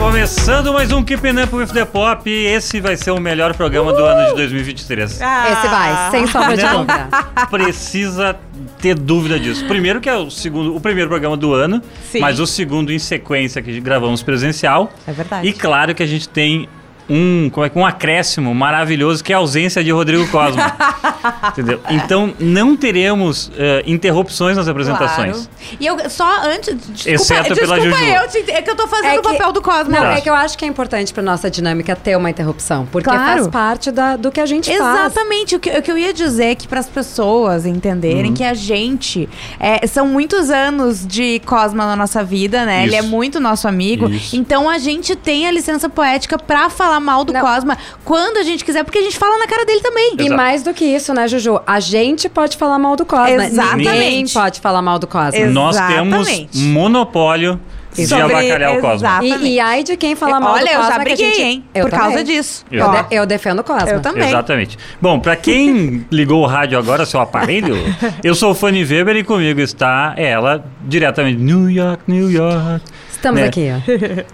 Começando mais um Keeping Up with the Pop. Esse vai ser o melhor programa do ano de 2023. Ah. Esse vai, sem sombra de Não. dúvida. Precisa ter dúvida disso. Primeiro que é o segundo, o primeiro programa do ano, Sim. mas o segundo em sequência que gravamos presencial. É verdade. E claro que a gente tem um, como é que um acréscimo maravilhoso que é a ausência de Rodrigo Cosmo. Entendeu? Então não teremos eh, interrupções nas apresentações. Claro. E eu só antes. Desculpa, Exceto pela desculpa Juju. eu, te, é que eu tô fazendo É o papel do Cosmo. Não, Tá. é que eu acho que é importante pra nossa dinâmica ter uma interrupção. Porque Claro. faz parte da- do que a gente faz. Exatamente, o que, o que eu ia dizer é que para as pessoas Uhum. entenderem que a gente é, são muitos anos de Cosma na nossa vida, né? Ele é Isso. muito nosso amigo. Isso. Então a gente tem a licença poética para falar mal do Não. Cosma quando a gente quiser, porque a gente fala na cara dele também. E Exato. mais do que isso, né, Juju? A gente pode falar mal do Cosma. Exatamente. Ninguém pode falar mal do Cosma. Ex- Nós temos Exatamente. monopólio de Sobre- avacalhar o Cosmo. Exato. E, e ai de quem fala mal do É, Olha, eu Cosma. já que a briguei, gente- hein? Eu por causa também. disso. é Eu Eu, Ó, de- eu defendo o Cosma. eu também. Exatamente. Bom, pra quem ligou o rádio agora, seu aparelho, eu sou o Fanny Weber e comigo está ela, diretamente de New York, New York. Estamos Né? aqui, ó.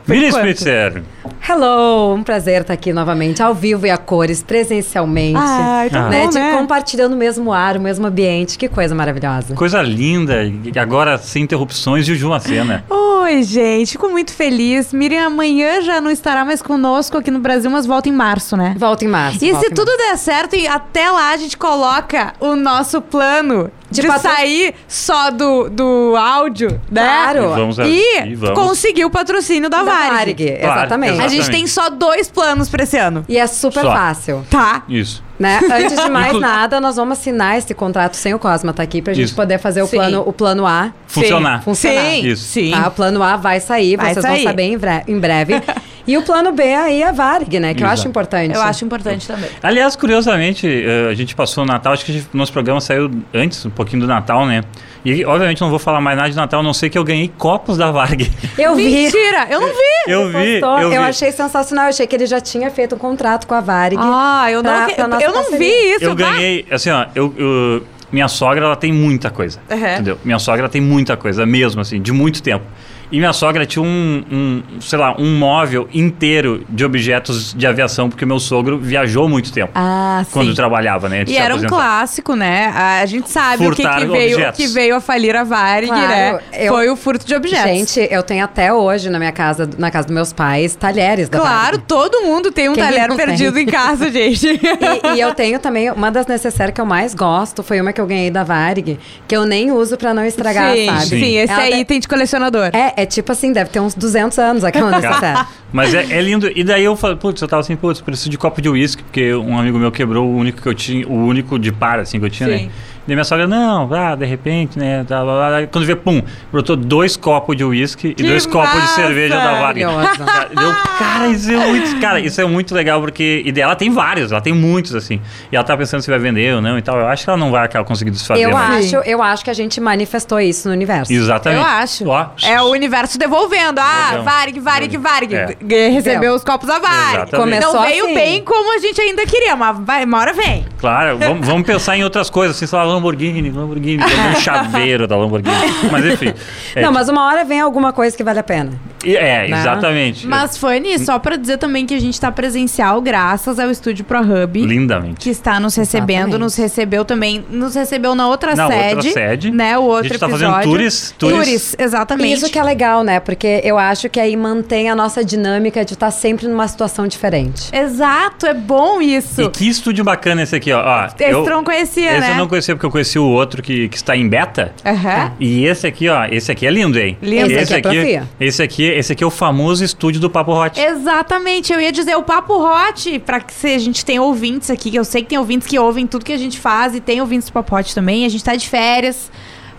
Miriam enquanto. Spitzer. Hello! Um prazer estar aqui novamente, ao vivo e a cores, presencialmente. Ai, tão né, bom, de- né? Compartilhando o mesmo ar, o mesmo ambiente. Que coisa maravilhosa. Coisa linda, e agora sem interrupções, Juju Macena. Oi, gente, fico muito feliz. Miriam amanhã já não estará mais conosco aqui no Brasil, mas volta em março, né? Volta em março. E se volta em março. tudo der certo, e até lá a gente coloca o nosso plano de, De patro- sair só do, do áudio, né? Claro. E vamos a- E, e vamos. conseguir o patrocínio da, Da Varig. Varig, Claro, exatamente. A gente Exatamente. tem só dois planos pra esse ano, E é super Só. fácil, tá? Isso. né? Antes de mais Inclu- nada, nós vamos assinar esse contrato sem o Cosma tá aqui pra gente Isso. poder fazer o Sim. plano, o plano A. Funcionar. Funcionar. Sim, Isso. sim. Tá? O plano A vai sair, Vai vocês sair. vão saber em, bre- em breve. e o plano B aí é a Varg, né? Que eu Exato. acho importante. Eu acho importante também. Aliás, curiosamente, eh, a gente passou o Natal, acho que a gente- nosso programa saiu antes, um pouquinho do Natal, né? E, obviamente, não vou falar mais nada de Natal, a não sei que eu ganhei copos da Varg. Eu vi. Mentira, eu não vi! Eu vi, Postou. eu vi. achei sensacional. Eu achei que ele já tinha feito um contrato com a Varig. Ah, eu não, Pra- vi- pra nossa eu não parceria. vi isso. Eu tá? ganhei, assim, ó, eu, eu- minha sogra, ela tem muita coisa, Uhum. entendeu? Minha sogra tem muita coisa, mesmo, assim, de muito tempo. E minha sogra tinha um, um, sei lá, um móvel inteiro de objetos de aviação, porque meu sogro viajou muito tempo. Ah, sim. Quando trabalhava, né? Ele E se era um aposentava. clássico, né? A gente sabe o que, que, Furtar veio, objetos. que veio a falir a Varig, Claro, né? eu- Foi o furto de objetos. Gente, eu tenho até hoje na minha casa, na casa dos meus pais, talheres da Claro, todo mundo tem um Quem talher não tem? perdido em casa, gente. E, e eu tenho também, uma das necessaires que eu mais gosto foi uma que eu ganhei da Varig, que eu nem uso pra não estragar, sim, sabe? sim, Sim. esse Ela é de- item de colecionador. É, é tipo assim, deve ter uns 200 anos aquela Tá necessaire. Cara, Tá. Mas é, é lindo. E daí eu falei, putz, eu tava assim, putz, preciso de copo de uísque, porque um amigo meu quebrou o único que eu tinha, o único de par, assim, que eu tinha, Sim. né? Daí minha sogra, não, vá, de repente, né? tá, blá, blá, blá. Quando vê, pum, brotou dois copos de uísque e Que dois copos de massa! cerveja da Vargas. Maravilhoso. Cara, deu- cara, isso é muito, cara, isso é muito legal, porque. E daí ela tem vários, ela tem muitos, assim. E ela tá pensando se vai vender ou não e tal. Eu acho que ela não vai acabar conseguindo desfazer, Eu mas- acho, eu acho que a gente manifestou isso no universo. Exatamente. Eu acho. Tá Ó, É o universo devolvendo. Ah, Devolvendo. Varig, Varig, Varig. É. G- Recebeu os copos da Varig. Exatamente. Começou Não veio assim. bem como a gente ainda queria, mas vai, uma hora vem. Claro, vamos, vamos pensar em outras coisas, assim, sei lá, Lamborghini, Lamborghini, também um chaveiro da Lamborghini. Mas enfim. É, Não, mas uma hora vem alguma coisa que vale a pena. é, Né? exatamente. Mas, Fanny, só pra dizer também que a gente tá presencial graças ao Estúdio ProHub. Lindamente. que está nos recebendo, Exatamente. nos recebeu também, nos recebeu na outra Na sede. outra sede. Né, o outro A gente tá episódio. fazendo tours, tours. Tours, exatamente. Isso que é legal, né? Porque eu acho que aí mantém a nossa dinâmica de estar sempre numa situação diferente. Exato, é bom isso. E que estúdio bacana esse aqui, ó. ó Esse tu não conhecia, esse né? eu não conhecia porque eu conheci o outro que, que está em beta. Aham. E esse aqui, ó, esse aqui é lindo, hein? Lindo. Esse aqui é profia. esse aqui, esse aqui é o famoso estúdio do Papo Hot. é Exatamente, eu ia dizer o papo hot, pra que se a gente tem ouvintes aqui, que eu sei que tem ouvintes que ouvem tudo que a gente faz e tem ouvintes do papo hot também, a gente tá de férias.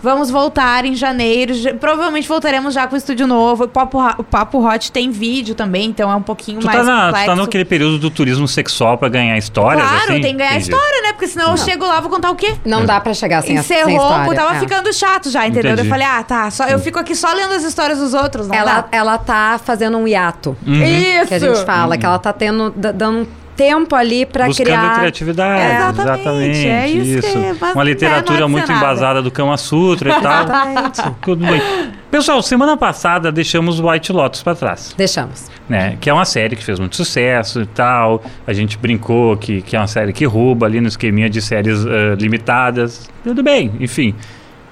Vamos voltar em janeiro. já- Provavelmente voltaremos já com o estúdio novo. O Papo, Ra- o Papo Hot tem vídeo também, então é um pouquinho Tu mais tá, na, tu complexo. tá naquele período do turismo sexual pra ganhar histórias, Claro, assim? tem que ganhar Entendi. história, né? Porque senão eu chego lá, vou contar o quê? Não dá pra chegar sem, a- sem Encerrou, história. tava é. ficando chato já, entendeu? Entendi. Hum. Eu falei, ah, tá, só, eu fico aqui só lendo as histórias dos outros, não Ela, dá? ela tá fazendo um hiato. Uhum. Isso! Que a gente fala, que ela tá tendo, da- dando um tempo ali para Buscando a criar. criatividade. É, exatamente, exatamente. é isso que- mas não Uma é- literatura não é muito dizer nada. embasada do Kama Sutra e tal. Exatamente. Tudo bem. Pessoal, semana passada deixamos White Lotus pra trás, Deixamos. né? Que é uma série que fez muito sucesso e tal. A gente brincou que, que é uma série que rouba ali no esqueminha de séries eh, limitadas. Tudo bem, enfim.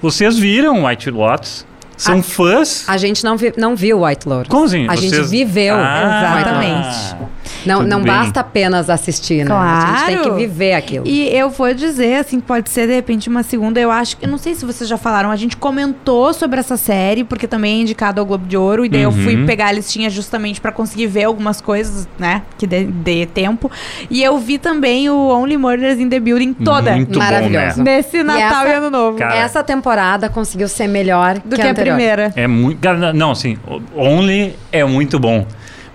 Vocês viram White Lotus? São fãs? A gente não, vi- não viu White Lotus. Como assim? A gente Vocês- viveu. Ah, Exatamente. Não, tudo não bem. basta apenas assistir, né? A gente tem Claro. que viver aquilo. E eu vou dizer, assim, pode ser de repente uma segunda. Eu acho que. Eu não sei se vocês já falaram. A gente comentou sobre essa série, porque também é indicado ao Globo de Ouro. E daí eu Uhum. fui pegar a listinha justamente pra conseguir ver algumas coisas, né? Que dê, dê tempo. E eu vi também o Only Murders in the Building toda. Muito Maravilhoso. bom, né? Nesse Natal e, essa- Ano Novo. Cara, Essa temporada conseguiu ser melhor do que a anterior. primeira. É muito... cara, Não, assim, o- Only é muito bom.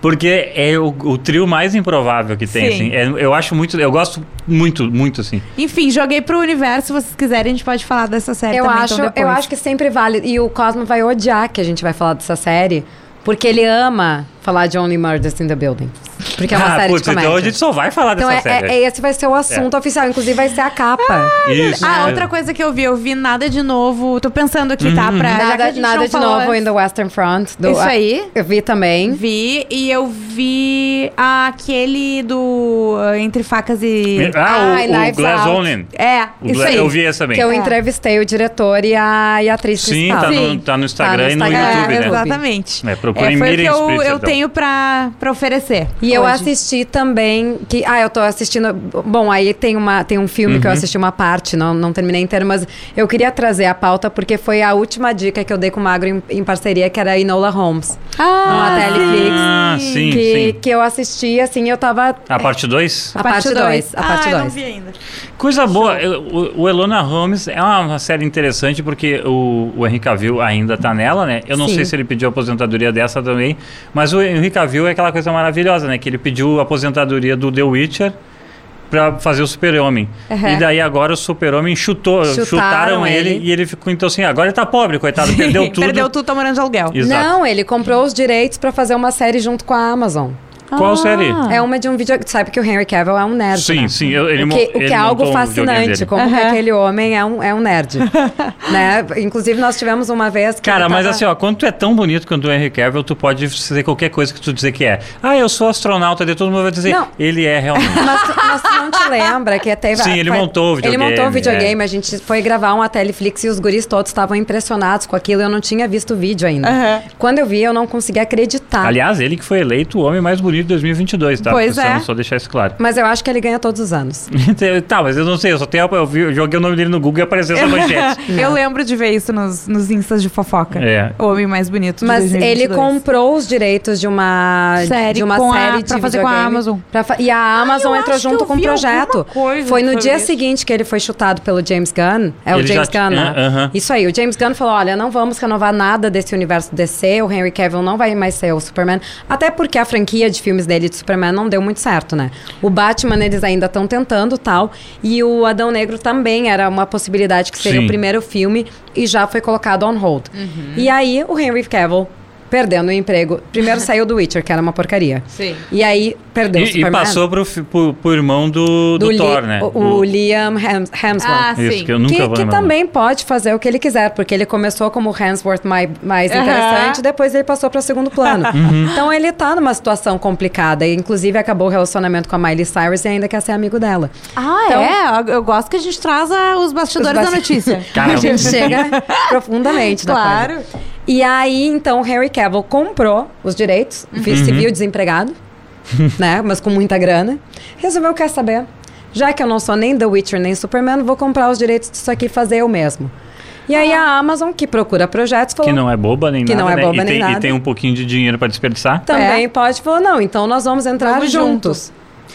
Porque é o, o trio mais improvável que tem, Sim. assim. É- eu acho muito... Eu gosto muito, muito, assim. Enfim, joguei pro universo. Se vocês quiserem, a gente pode falar dessa série Eu também. acho, então, eu depois. acho que sempre vale. E o Cosmo vai odiar que a gente vai falar dessa série, porque ele ama falar de Only Murders in the Building. Porque é uma ah, série putz, de comédia. então a gente só vai falar Então é, dessa série. é- é- esse vai ser o assunto oficial, inclusive vai ser a capa. Isso. É. Ah, outra coisa que eu vi, eu vi nada de novo. Tô pensando aqui, tá? Uhum. Pra, já que a nada gente nada não de falou novo antes. em The Western Front. do- Isso aí. Eu vi também. Vi e eu vi aquele do ah, Entre Facas e. Ah, Ai, o, o Lives Glass Out. Onion. É, O isso Gla- aí. Eu vi essa Que eu bem. entrevistei o diretor e a, e a atriz Sim, principal. tá no, Sim. tá no Instagram Tá no e no Instagram, YouTube, é, né? Exatamente. É, procurem foi o que Meeting eu, Space, eu então. tenho pra, pra oferecer. E eu hoje. assisti também que ah, eu tô assistindo, bom, aí tem uma tem um filme que Uhum. eu assisti uma parte, não não terminei inteiro, mas eu queria trazer a pauta porque foi a última dica que eu dei com o Magro em, em parceria que era a Inola Holmes. Ah, uma Teleflix. Ah, sim, que, sim. que eu assisti assim, eu tava A parte 2? a parte 2, a parte ah, eu não 2. vi ainda. Coisa boa. Eu- O, o Elona Holmes é uma, uma série interessante porque o, o Henry Cavill ainda tá nela, né? Eu não Sim. sei se ele pediu aposentadoria dessa também, mas o Henry Cavill é aquela coisa maravilhosa, né? Que ele pediu a aposentadoria do The Witcher pra fazer o Super-Homem. Aham. E daí agora o Super-Homem chutou, Chutaram chutaram, ele, ele. e ele ficou então assim, agora ele tá pobre, coitado, perdeu tudo. Perdeu tudo, tá morando de aluguel. Exato. Não, ele comprou os direitos pra fazer uma série junto com a Amazon. Qual série? É uma de um vídeo, sabe que o Henry Cavill é um nerd, Ah. Sim, né? sim, eu- ele o mo- que, o que ele é algo montou um videogame fascinante, dele. como que aquele homem é um, é um nerd. né? Inclusive, nós tivemos uma vez que. Cara, ele mas tava- assim, ó, quando tu é tão bonito quanto o Henry Cavill, tu pode ser qualquer coisa que tu dizer que é. Ah, eu sou astronauta, daí todo mundo vai dizer, Não. ele é realmente. Mas, tu- mas tu não te lembra que até. Sim, ele montou o videogame, Ele montou o videogame, é. a gente foi gravar um Teleflix e os guris todos estavam impressionados com aquilo. Eu não tinha visto o vídeo ainda. Aham. Quando eu vi, eu não conseguia acreditar. Aliás, ele que foi eleito o homem mais bonito de 2022, tá? Pois Precisamos é. só deixar isso claro. Mas eu acho que ele ganha todos os anos. tá, mas eu não sei, eu só tenho, eu, vi- eu joguei o nome dele no Google e apareceu essa manchete. É. Eu lembro de ver isso nos, nos instas de fofoca. É. O homem mais bonito de Mas ele 2022. comprou os direitos de uma Série de uma com a- série de pra fazer com a videogame Amazon. Ah, pra fa- e a Amazon eu entrou acho que junto eu com o vi projeto. alguma coisa Foi no sobre dia isso. seguinte que ele foi chutado pelo James Gunn. É o Ele já James tinha- Gunn, né? aham. Isso aí, o James Gunn falou: olha, não vamos renovar nada desse universo DC, o Henry Cavill não vai mais ser o Superman. Até porque a franquia de filmes dele de Superman não deu muito certo, né? O Batman, eles ainda estão tentando tal. E o Adão Negro também era uma possibilidade que seria Sim. o primeiro filme e já foi colocado on hold. Uhum. E aí, o Henry Cavill. Perdendo o emprego. Primeiro saiu do Witcher, que era uma porcaria. Sim. E aí, perdeu o E, e Superman. passou pro, fi- pro, pro irmão do, do, Li- Thor, né? O, o Liam Hem- Hemsworth. Ah, Isso, sim. que eu nunca Que, vou que lembrar. também pode fazer o que ele quiser, porque ele começou como o Hemsworth mais, mais Aham. interessante, depois ele passou para segundo plano. Uhum. Então ele tá numa situação complicada, e inclusive acabou o relacionamento com a Miley Cyrus e ainda quer ser amigo dela. Ah, Então- é? Eu- Eu gosto que a gente traz ah, os bastidores Os da basti- notícia. Cara, a gente chega profundamente na coisa. Claro. E aí, então, o Henry Cavill comprou os direitos, vi- Uhum. se viu desempregado, né? Mas com muita grana. Resolveu, quer saber? Já que eu não sou nem The Witcher nem Superman, vou comprar os direitos disso aqui e fazer eu mesmo. E aí a Amazon, que procura projetos, falou... Que não é boba nem Que nada, não é né? boba e, nem tem, e nada. tem um pouquinho de dinheiro pra desperdiçar. Também pode, falou, não, então nós vamos então entrar Vamos juntos.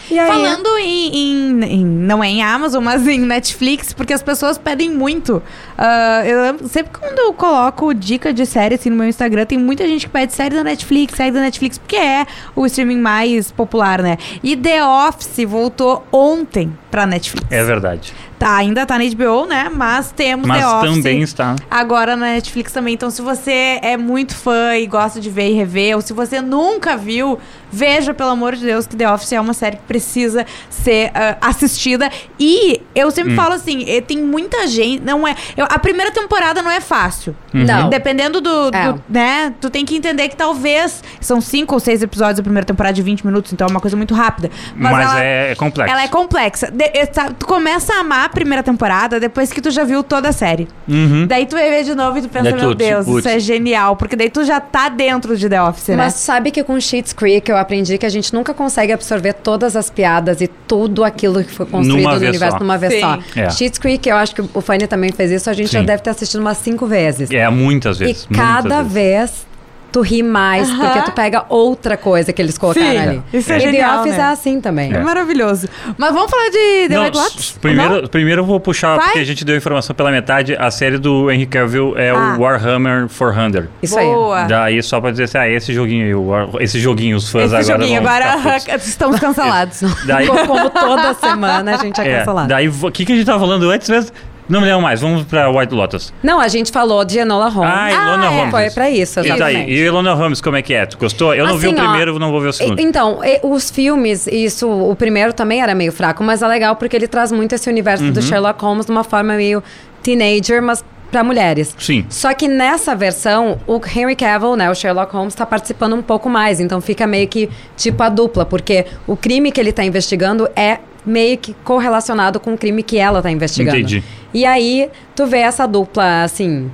E aí... Falando em, em- em não é em Amazon, mas em Netflix, porque as pessoas pedem muito. Ah, eu lembro- sempre quando eu coloco dica de série assim no meu Instagram, tem muita gente que pede série da Netflix, série da Netflix, porque é o streaming mais popular, né? E The Office voltou ontem pra Netflix. É verdade. Tá, ainda tá na HBO, né? Mas temos Mas é The Office. também está. Agora na Netflix também. Então, se você é muito fã e gosta de ver e rever, ou se você nunca viu, veja, pelo amor de Deus, que The Office é uma série que precisa ser ah, assistida. E eu sempre Hum. falo assim: eh, tem muita gente. Não é. eu- a primeira temporada não é fácil. Uhum. Não. Dependendo do, do- É. né? Tu tem que entender que talvez. São cinco ou seis episódios da primeira temporada de 20 minutos, então é uma coisa muito rápida. Mas, Mas, ela- é, é complexo. ela é complexa. De- eh, sabe, tu começa a amar a primeira temporada depois que tu já viu toda a série. Uhum. Daí tu vai ver de novo e tu pensa, Daí tu, meu Deus, putz. isso é genial. Porque daí tu já tá dentro de The Office, né? Mas sabe que com Sheets Creek eu aprendi que a gente nunca consegue absorver todas as piadas e tudo aquilo que foi construído Numa no vez universo só. numa vez Sim. só. É. Sheets Creek, eu acho que o Fanny também fez isso, a gente já Sim. deve ter assistido umas cinco vezes. É, muitas E vezes. muitas cada vezes. vez tu ri mais, Aham. porque tu pega outra coisa que eles colocaram Sim. ali. Isso é e genial, The Office né? é assim também. É É. maravilhoso. Mas vamos falar de The Não, White s- Lotus? s- primeiro, primeiro eu vou puxar, Vai. porque a gente deu informação pela metade. A série do Henry Cavill é Ah. o Warhammer 400. Isso aí. Boa. Daí só pra dizer assim, ah, esse joguinho aí, o War- esse joguinho, os fãs Esse agora joguinho vão agora ficar putos. estamos cancelados. Daí, Como toda semana a gente é, é, cancelado. daí, o que, que a gente tava falando antes mesmo? Não me lembro mais, vamos pra White Lotus. Não, a gente falou de Enola Holmes. Ah, Ilona é. Holmes. Foi pra isso, E daí, exatamente. tá e Ilona Holmes, como é que é? Tu gostou? Eu não vi o Assim, ó, primeiro, eu não vou ver o segundo. E- Então, e- os filmes, isso, o primeiro também era meio fraco, mas é legal porque ele traz muito esse universo do Sherlock Holmes de uma forma meio teenager, mas pra mulheres. Sim. Só que nessa versão, o Henry Cavill, né, o Sherlock Holmes, tá participando um pouco mais, então fica meio que tipo a dupla, porque o crime que ele tá investigando é meio que correlacionado com o crime que ela tá investigando. Entendi. E aí, tu vê essa dupla, assim,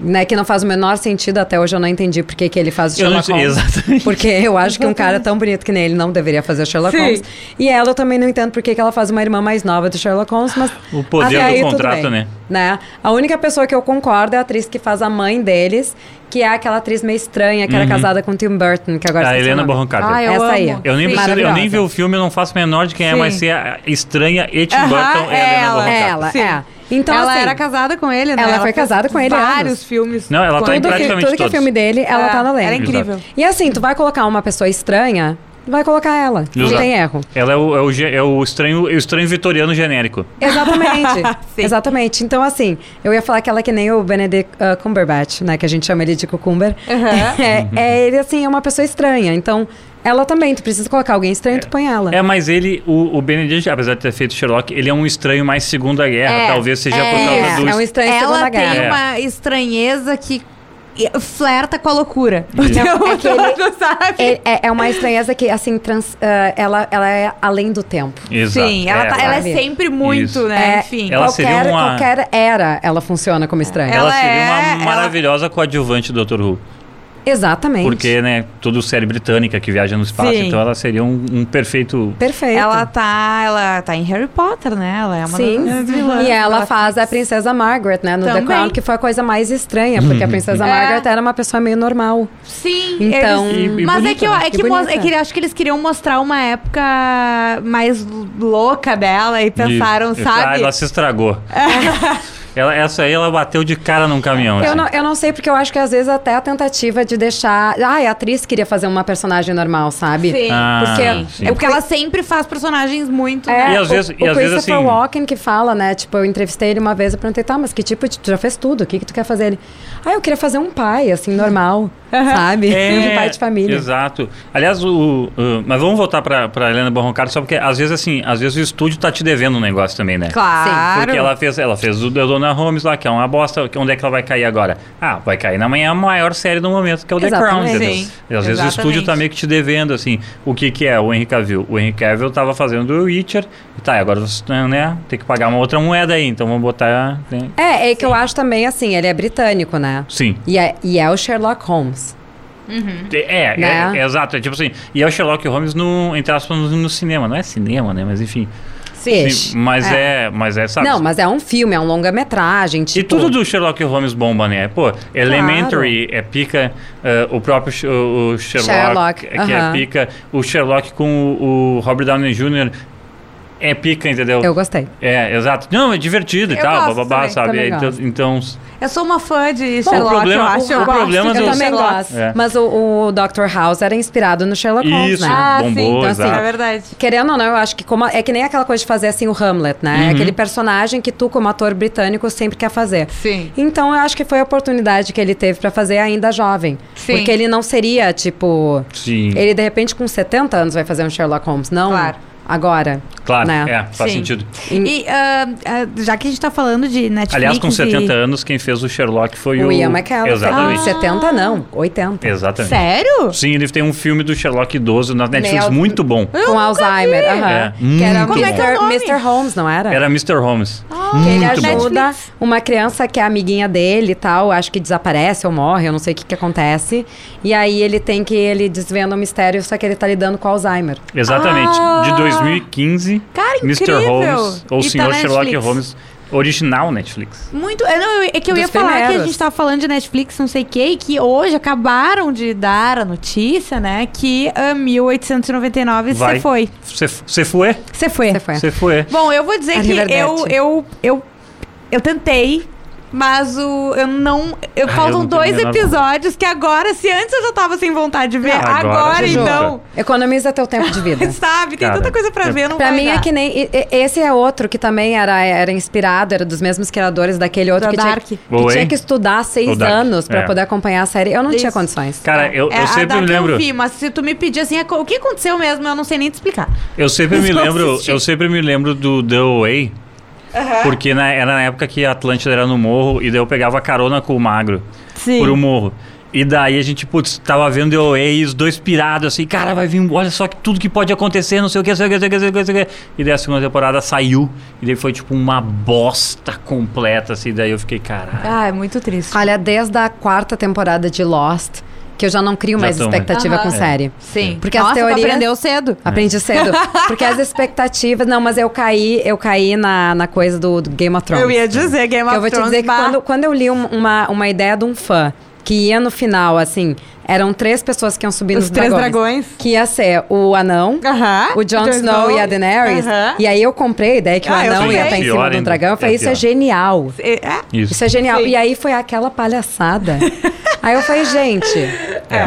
né, que não faz o menor sentido até hoje, eu não entendi por que que ele faz o Eu não Sherlock Holmes. sei, exatamente. Porque eu acho que um cara tão bonito que nem ele não deveria fazer o Sherlock Sim. Holmes. E ela eu também não entendo por que que ela faz uma irmã mais nova do Sherlock Holmes, mas. O poder até do aí, tudo contrato, bem, né? né? A única pessoa que eu concordo é a atriz que faz a mãe deles, que é aquela atriz meio estranha, que era casada com o Tim Burton, que agora Uhum. A esqueci o Helena nome. Bonham Carter. Ah, eu Essa amo. aí. Eu nem, Sim. preciso, eu nem Maravilhosa. vi o filme, eu não faço menor de quem é, Sim. mas se é a estranha e Tim Aham, Burton é é a Helena ela. Bonham É Carter. ela, Sim. é. Então, ela assim, era casada com ele, né? ela foi fez casada com ele há Vários anos. filmes. Não, ela tá em tudo que, praticamente tudo que é todos. filme dele, ela É, tá no era elenco. incrível. E assim, tu vai colocar uma pessoa estranha, tu vai colocar ela. Não Exato. tem erro. Ela é o, é o ge- é o estranho, é o estranho vitoriano genérico. Exatamente. Sim. Exatamente. Então, assim, eu ia falar que ela é que nem o Benedict uh, Cumberbatch, né? Que a gente chama ele de Cucumber. Aham. Uhum. É, é, ele, assim, é uma pessoa estranha. Então, ela também. Tu precisa colocar alguém estranho, tu põe ela. É, mas ele, o, o Benedict, apesar de ter feito Sherlock, ele é um estranho mais Segunda Guerra. É, talvez seja por é, causa do. é um estranho Ela Segunda tem Guerra. É. uma estranheza que flerta com a loucura. Isso. Então, É que ele- tu sabe? É, é- é uma estranheza que, assim, trans, uh, ela, ela é além do tempo. Exato. Sim, ela, tá- ela é sabe? sempre muito, Isso. né? É, Enfim. Ela qualquer, seria uma- qualquer era, ela funciona como estranha. Ela Ela seria é- uma ela- maravilhosa coadjuvante do Dr. Who. Exatamente. Porque, né, toda série britânica que viaja no espaço, Sim. então ela seria um, um perfeito. Perfeito. Ela tá, ela tá em Harry Potter, né? Ela é uma Sim. Uhum. das vilãs. E ela faz a Princesa Margaret, né? No Também. The Crown, que foi a coisa mais estranha, porque Uhum. a Princesa É. Margaret era uma pessoa meio normal. Sim, Então- eles- E- e mas é bonita, que, eu, né? é, E que mos- bonita. é que eu acho que eles queriam mostrar uma época mais louca dela e pensaram, de- Ah, sabe? ela se estragou. Ela- essa aí ela bateu de cara num caminhão. Eu assim. não, eu não sei, porque eu acho que às vezes até a tentativa de deixar. Ai, a atriz queria fazer uma personagem normal, sabe? Sim. Ah, porque- sim. É porque ela sempre faz personagens muito. E É, né? às vezes- o, e o às vezes, Christopher assim- Walken que fala, né? Tipo, eu entrevistei ele uma vez, eu perguntei, tá, mas que tipo de. Tu já fez tudo, o que, que tu quer fazer? Ele. Ah, eu queria fazer um pai, assim, normal, sabe? É, um pai de família. Exato. Aliás, o, o- mas vamos voltar pra, pra Helena Bonham Carter, só porque às vezes assim, às vezes o estúdio tá te devendo um negócio também, né? Claro. Porque ela fez, ela fez o The Donna Holmes lá, que é uma bosta. que- Onde é que ela vai cair agora? Ah, vai cair na manhã a maior série do momento, que é o The Crown, Exatamente. entendeu? Sim, E às vezes o estúdio exatamente. tá meio que te devendo, assim, o que que é o Henry Cavill? O Henry Cavill tava fazendo o Witcher, e tá, agora você, né, tem que pagar uma outra moeda aí, então vamos botar... né? É, é que eu acho também, assim, ele é britânico, né? Sim. E é, e é o Sherlock Holmes. É, é, Né? é, exato. É tipo assim, e é o Sherlock Holmes no, entre aspas, no, no cinema. Não é cinema, né? Mas enfim. Sim. Sim, mas é. mas é, sabe? Não, mas é um filme, é um longa-metragem, E tipo... tudo do Sherlock Holmes bomba, né? Pô, Elementary é pica, eh, o próprio Sh- o, o Sherlock, Sherlock, que é aham. pica, o Sherlock com o, o Robert Downey Jr. é pica, entendeu? Eu gostei. É, exato. Não, é divertido e Eu tal, gosto bababá, também, sabe? também É, então, gosto. então, Eu sou uma fã de Bom, o Sherlock, problema- eu o- acho. o eu gosto problema de do- Eu também Sherlock. gosto. É. Mas o, o Dr. House era inspirado no Sherlock Holmes, Isso, né? Ah, sim, bombou, então, assim, exato. É verdade. Querendo ou não, eu acho que como é que nem aquela coisa de fazer assim o Hamlet, né? Uhum. É aquele personagem que tu como ator britânico sempre quer fazer. Sim. Então eu acho que foi a oportunidade que ele teve pra fazer ainda jovem, Sim. porque ele não seria tipo Sim, ele de repente com 70 anos vai fazer um Sherlock Holmes, não? Claro. Agora. claro, né? é, faz Sim. sentido. E ah, ah, já que a gente tá falando de Netflix. Aliás, com 70 e... anos, quem fez o Sherlock foi o... O Ian McKellen. é. Exatamente. Ah, 70 não, 80. Exatamente. Sério? Sim, ele tem um filme do Sherlock idoso na Netflix Meio- muito bom. Eu Com nunca Alzheimer, vi. aham. É, que era muito Como é que é o Mr. nome? Mr. Holmes, não Ah. era? Era Mr. Holmes. Que ele é muito bom. ajuda é Netflix. uma criança que é amiguinha dele e tal, acho que desaparece ou morre, eu não sei o que, que acontece. E aí ele tem que, ele desvenda o mistério, só que ele tá lidando com Alzheimer. É. Exatamente. Ah! De 2015, Cara, Mr. incrível. Holmes, ou E tá Sr. na Sherlock Netflix. Holmes, original Netflix. Muito. É, não, eu- é que eu Dos ia falar que a primeiros. gente tava falando de Netflix, não sei o quê, e que hoje acabaram de dar a notícia, né? Que a 1899 Vai. você foi. Você foi? Você foi. Você foi. Você foi. Bom, eu vou dizer A que Riverdete. eu, eu, eu, eu tentei. Mas o, eu não. Eu, Ah, eu faltam não tenho a dois menor episódios que agora, se antes eu já tava sem vontade de ver, Não, agora, agora, Juju. então. Economiza teu tempo de vida. Sabe? Tem Cara, tanta coisa pra é- ver, não Pra vai mim dar. é que nem. e- e- Esse é outro que também era, era inspirado, era dos mesmos criadores daquele outro Da que, Dark. Tinha, que Boa, tinha hein? que estudar O seis Dark, anos pra é. poder acompanhar a série. Eu não tinha Isso. condições. Cara, eu, É, eu a sempre me daqui lembro. Eu vi, mas se tu me pedir assim, é co- o que aconteceu mesmo, eu não sei nem te explicar. Eu sempre me Só lembro, assistir. eu sempre me lembro do The Way. Porque na- era na época que a Atlântida era no morro e daí eu pegava carona com o magro Sim. por um morro. E daí a gente, putz, tava vendo The Way e os dois pirados assim, cara, vai vir, olha só que tudo que pode acontecer, não sei o que, não sei o que, não sei o que, não sei o que, não sei o que. E daí a segunda temporada saiu e daí foi tipo uma bosta completa, assim, daí eu fiquei, caralho. Ah, é muito triste. Olha, desde a quarta temporada de Lost, que eu já não crio Já mais tamo, né? expectativa com Aham. série. Sim. Porque Nossa, as tu teorias. É. aprendeu cedo. Aprendi cedo. Porque as expectativas. Não, mas eu caí, eu caí na, na coisa do, do Game of Thrones. Eu ia dizer Game of eu vou te Thrones. dizer que bah. quando, quando eu li um- uma, uma ideia de um fã que ia no final, assim, eram três pessoas que iam subir Os nos três dragões. dragões. Que ia ser o anão, Aham. o Jon Snow e a Daenerys. Aham. E aí eu comprei a ideia que o Ah, eu anão sei. ia estar em Pior cima do ainda. dragão. Eu falei, É isso é pior. genial. É, Isso. Isso é genial. Sim. E aí foi aquela palhaçada. aí eu falei, gente,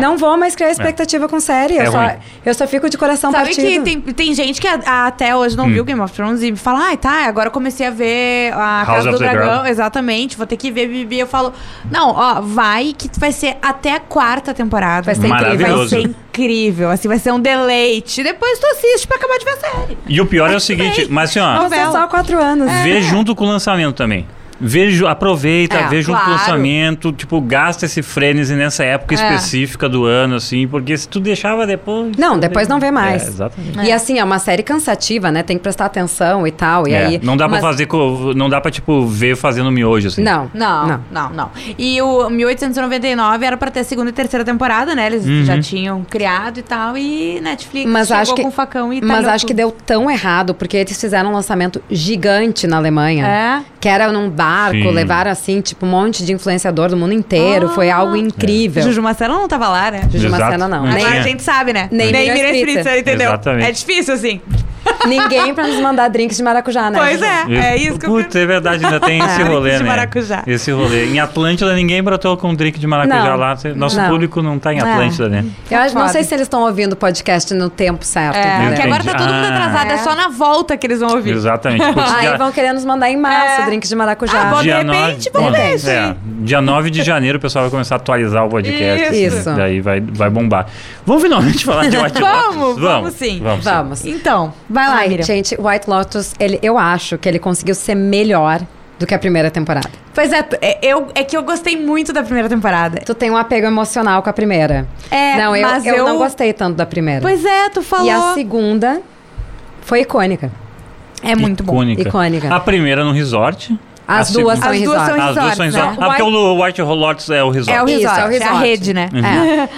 não vou mais criar expectativa com série. Eu, É só, ruim. eu só fico de coração Sabe partido. que tem, tem gente que a- a- até hoje Hum. não viu Game of Thrones e fala, ai, tá, agora eu comecei a ver a House Casa of do the Dragão. Girl. Exatamente, vou ter que ver Bibi. Eu falo, não, ó, vai que vai ser até a quarta temporada. Vai ser incrível. Vai ser incrível, assim, vai ser um deleite. Depois tu assiste pra acabar de ver a série. E o pior é o seguinte, mas assim, ó, Nossa, novela. só quatro anos. Vê junto com o lançamento também. Vê, ju- aproveita, É, vê junto com o claro. lançamento, tipo, gasta esse frenesi nessa É. época específica do ano, assim, porque se tu deixava depois. Não, depois não vê mais. É, exatamente. E assim, é uma série cansativa, né? Tem que prestar atenção e tal. E É, aí, não dá mas- pra fazer. co- Não dá pra, tipo, ver fazendo miojo, assim. Não, Não, não, não, E o 1899 era pra ter a segunda e terceira temporada, né? Eles Uhum. já tinham criado e tal, e Netflix Mas chegou acho que- com o facão e tá Mas talhou acho que tudo. deu tão errado, porque eles fizeram um lançamento gigante na Alemanha. É. Que era num barco, Sim. levaram assim, tipo, um monte de influenciador do mundo inteiro. Ah. Foi algo incrível. Juju Marcelo não tava lá, né? Juju Exato. Macena, não. Não Nem- Agora tinha. a gente sabe, né? Nem Nem Miriam Miriam Spritzer. Spritzer, entendeu? é. Exatamente. É difícil, assim. É. ninguém pra nos mandar drinks de maracujá, né? Pois é, é isso que eu Putz, é verdade, ainda tem esse Drink rolê, de né? maracujá. Esse rolê. Em Atlântida, ninguém brotou com drink de maracujá Não. lá. Nosso Não. público não tá em Ah. Atlântida, né? Eu acho, não Foda. sei se eles estão ouvindo o podcast no tempo certo. É, entendeu? porque agora tá Entendi. todo mundo Ah. atrasado, é. só na volta que eles vão ouvir. Exatamente. Putz, Aí já- vão querer nos mandar em março É. drinks de maracujá. Ah, bota- de Dia repente, nove- vamos é, ver, é. Dia 9 de janeiro o pessoal vai começar a atualizar o podcast. né? Isso. Isso. Daí vai, vai bombar. Vamos finalmente falar de White Vamos, Lotus? vamos sim. Vamos. sim. Vamos. Então, vai lá, Ai, Miriam. gente, White Lotus, ele, eu acho que ele conseguiu ser melhor do que a primeira temporada. Pois é, t- é, eu, é que eu gostei muito da primeira temporada. Tu tem um apego emocional com a primeira. É, não, eu, mas eu, eu- não gostei tanto da primeira. Pois é, tu falou. E a segunda foi icônica. É muito bom. Icônica. Icônica. A primeira no resort. As A segunda- duas são As em duas resort. são em As duas são resort, resort. né? Ah, porque o White Lotus é o Uhum. resort. É o Isso, resort, é o é a resort. rede, né?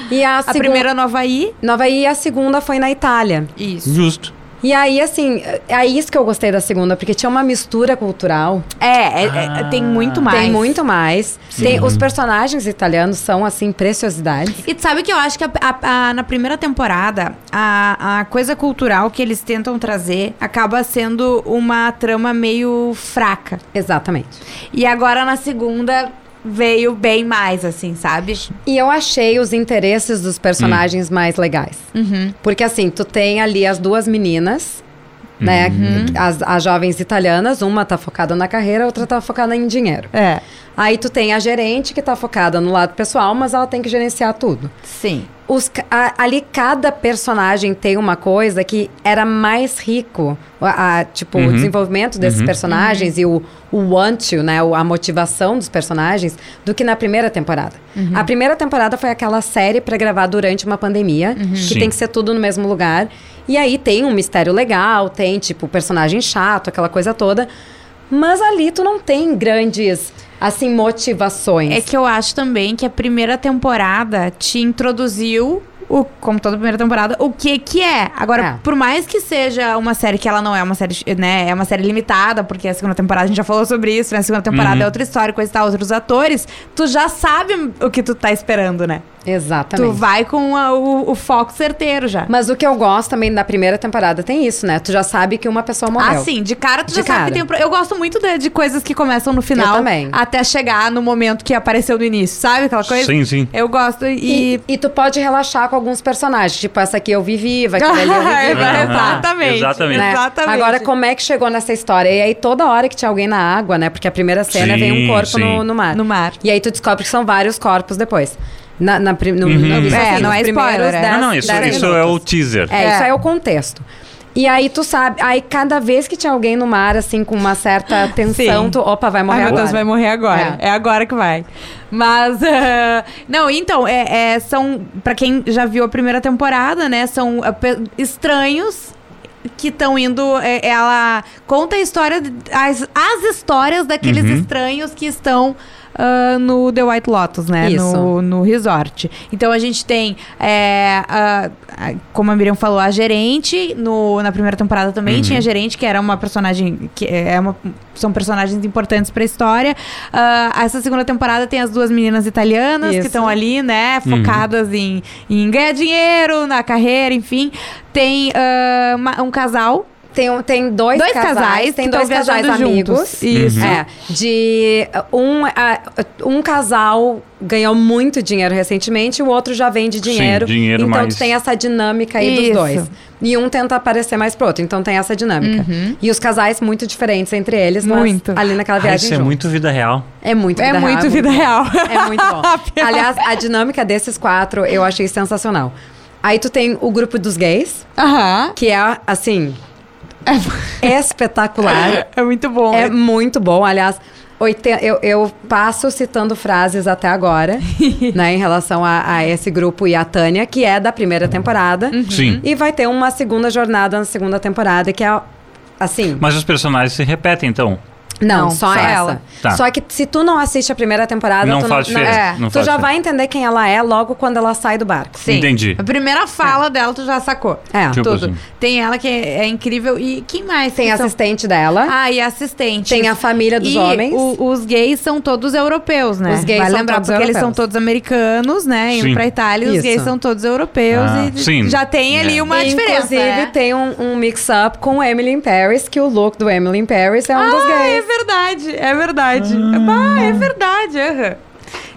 É. E a, A segunda- primeira no Havaí. Nova e a segunda foi na Itália. Isso. Justo. E aí, assim, é isso que eu gostei da segunda, porque tinha uma mistura cultural. É, é- é- tem Ah. muito mais. Tem muito mais. Sim. Tem, os personagens italianos são, assim, preciosidades. E tu sabe que eu acho que a- a- a- na primeira temporada, a, a coisa cultural que eles tentam trazer acaba sendo uma trama meio fraca. Exatamente. E agora na segunda veio bem mais, assim, sabe? E eu achei os interesses dos personagens mais legais. Porque assim, tu tem ali as duas meninas, né? As, as jovens italianas, uma tá focada na carreira, a outra tá focada em dinheiro. É. Aí tu tem a gerente que tá focada no lado pessoal, mas ela tem que gerenciar tudo. Sim. Os ca- a- ali cada personagem tem uma coisa que era mais rico. A, a- tipo, o desenvolvimento desses personagens Uhum. e o, o want to, né? o- a motivação dos personagens, do que na primeira temporada. Uhum. A primeira temporada foi aquela série pra gravar durante uma pandemia, Uhum. que Sim. tem que ser tudo no mesmo lugar. E aí tem um mistério legal, tem, tipo, personagem chato, aquela coisa toda. Mas ali tu não tem grandes, assim, motivações. É que eu acho também que a primeira temporada te introduziu, o, como toda primeira temporada, o que que é. Agora, É. por mais que seja uma série que ela não é uma série, né, é uma série limitada, porque a segunda temporada a gente já falou sobre isso, né, a segunda temporada é outra história, coisa e tal, outros atores, tu já sabe o que tu tá esperando, né? Exatamente. Tu vai com a- o, o foco certeiro já. Mas o que eu gosto também da primeira temporada tem isso, né? Tu já sabe que uma pessoa morreu. Ah, sim, de cara tu De já sabe cara. que tem um pro... Eu gosto muito de, de coisas que começam no final Eu também. até chegar no momento que apareceu no início, sabe aquela coisa? Sim, sim. Eu gosto e... E, e tu pode relaxar com alguns personagens. Tipo, essa aqui eu vivi, vai aquela ali eu É, vivi. Aham, exatamente. exatamente. né? Exatamente. Agora, como é que chegou nessa história? E aí, toda hora que tinha alguém na água, né? Porque a primeira cena Sim, vem um corpo sim. no, no mar. No mar. E aí, tu descobre que são vários corpos depois. Na, na, pri- no, no- isso, É, assim, não nos é primeiros spoiler, é. dez- Uhum. Não, não, isso, dez isso é o minutos. teaser. É, É. isso aí é o contexto. E aí tu sabe, aí cada vez que tinha alguém no mar, assim, com uma certa tensão, Sim. tu, opa, vai morrer Ai, meu agora. Deus, vai morrer agora. É, agora que vai. Mas. eh, não, então, é, é, são. Pra quem já viu a primeira temporada, né? São eh, pe- estranhos que estão indo. eh, ela conta a história. As, as histórias daqueles estranhos que estão. ah, no The White Lotus, né? Isso. No, no resort. Então a gente tem, eh, a- a- como a Miriam falou, a gerente. No, na primeira temporada também tinha a gerente, que era uma personagem que é uma, são personagens importantes pra história. Ah, essa segunda temporada tem as duas meninas italianas que Isso. estão ali, né? Focadas em, em ganhar dinheiro, na carreira, enfim. Tem ah, uma- um casal. Tem, um- tem dois, Dois casais, casais tem que dois tão viajando casais amigos. juntos. Isso. É, de um, ah, um casal ganhou muito dinheiro recentemente, o outro já vende dinheiro. dinheiro então mais- tu tem essa dinâmica aí Isso. dos dois. E um tenta aparecer mais pro outro, então tem essa dinâmica. E os casais muito diferentes entre eles, mas Uhum. Muito. ali naquela Ah, viagem isso é junto. muito vida real. É muito é vida muito real, vida real. é muito bom. Aliás, a dinâmica desses quatro eu achei sensacional. Aí tu tem o grupo dos gays, Aham. que é, assim, é espetacular. É muito bom. É muito bom. Aliás, oiten- eu, eu passo citando frases até agora, né, em relação a, a esse grupo e a Tânia, que é da primeira temporada. Uhum. Sim. E vai ter uma segunda jornada na segunda temporada, que é, assim... Mas os personagens se repetem, então. Não, Não, só, só essa. ela. Tá. Só que se tu não assiste a primeira temporada, Não tu faz não, diferença, é, não tu faz já diferença. vai entender quem ela é logo quando ela sai do barco. Sim. Entendi. A primeira fala dela tu já sacou. É. Tipo Tudo. assim. Tem ela que é, é incrível. E quem mais? Tem que a são- assistente dela. Então, Ah, e a assistente. Tem a família dos E homens. o- os gays são todos europeus, né? Os gays Vai são lembrar, todos porque eles são europeus. todos americanos, né? Indo Sim. pra Itália, os Isso. gays são todos europeus. Ah, e sim. já tem ali É. uma diferença. Inclusive, é. tem um, um mix-up com o Emily in Paris, que o look do Emily in Paris é um dos Ah, é gays. verdade, é verdade. Ah, é verdade, aham.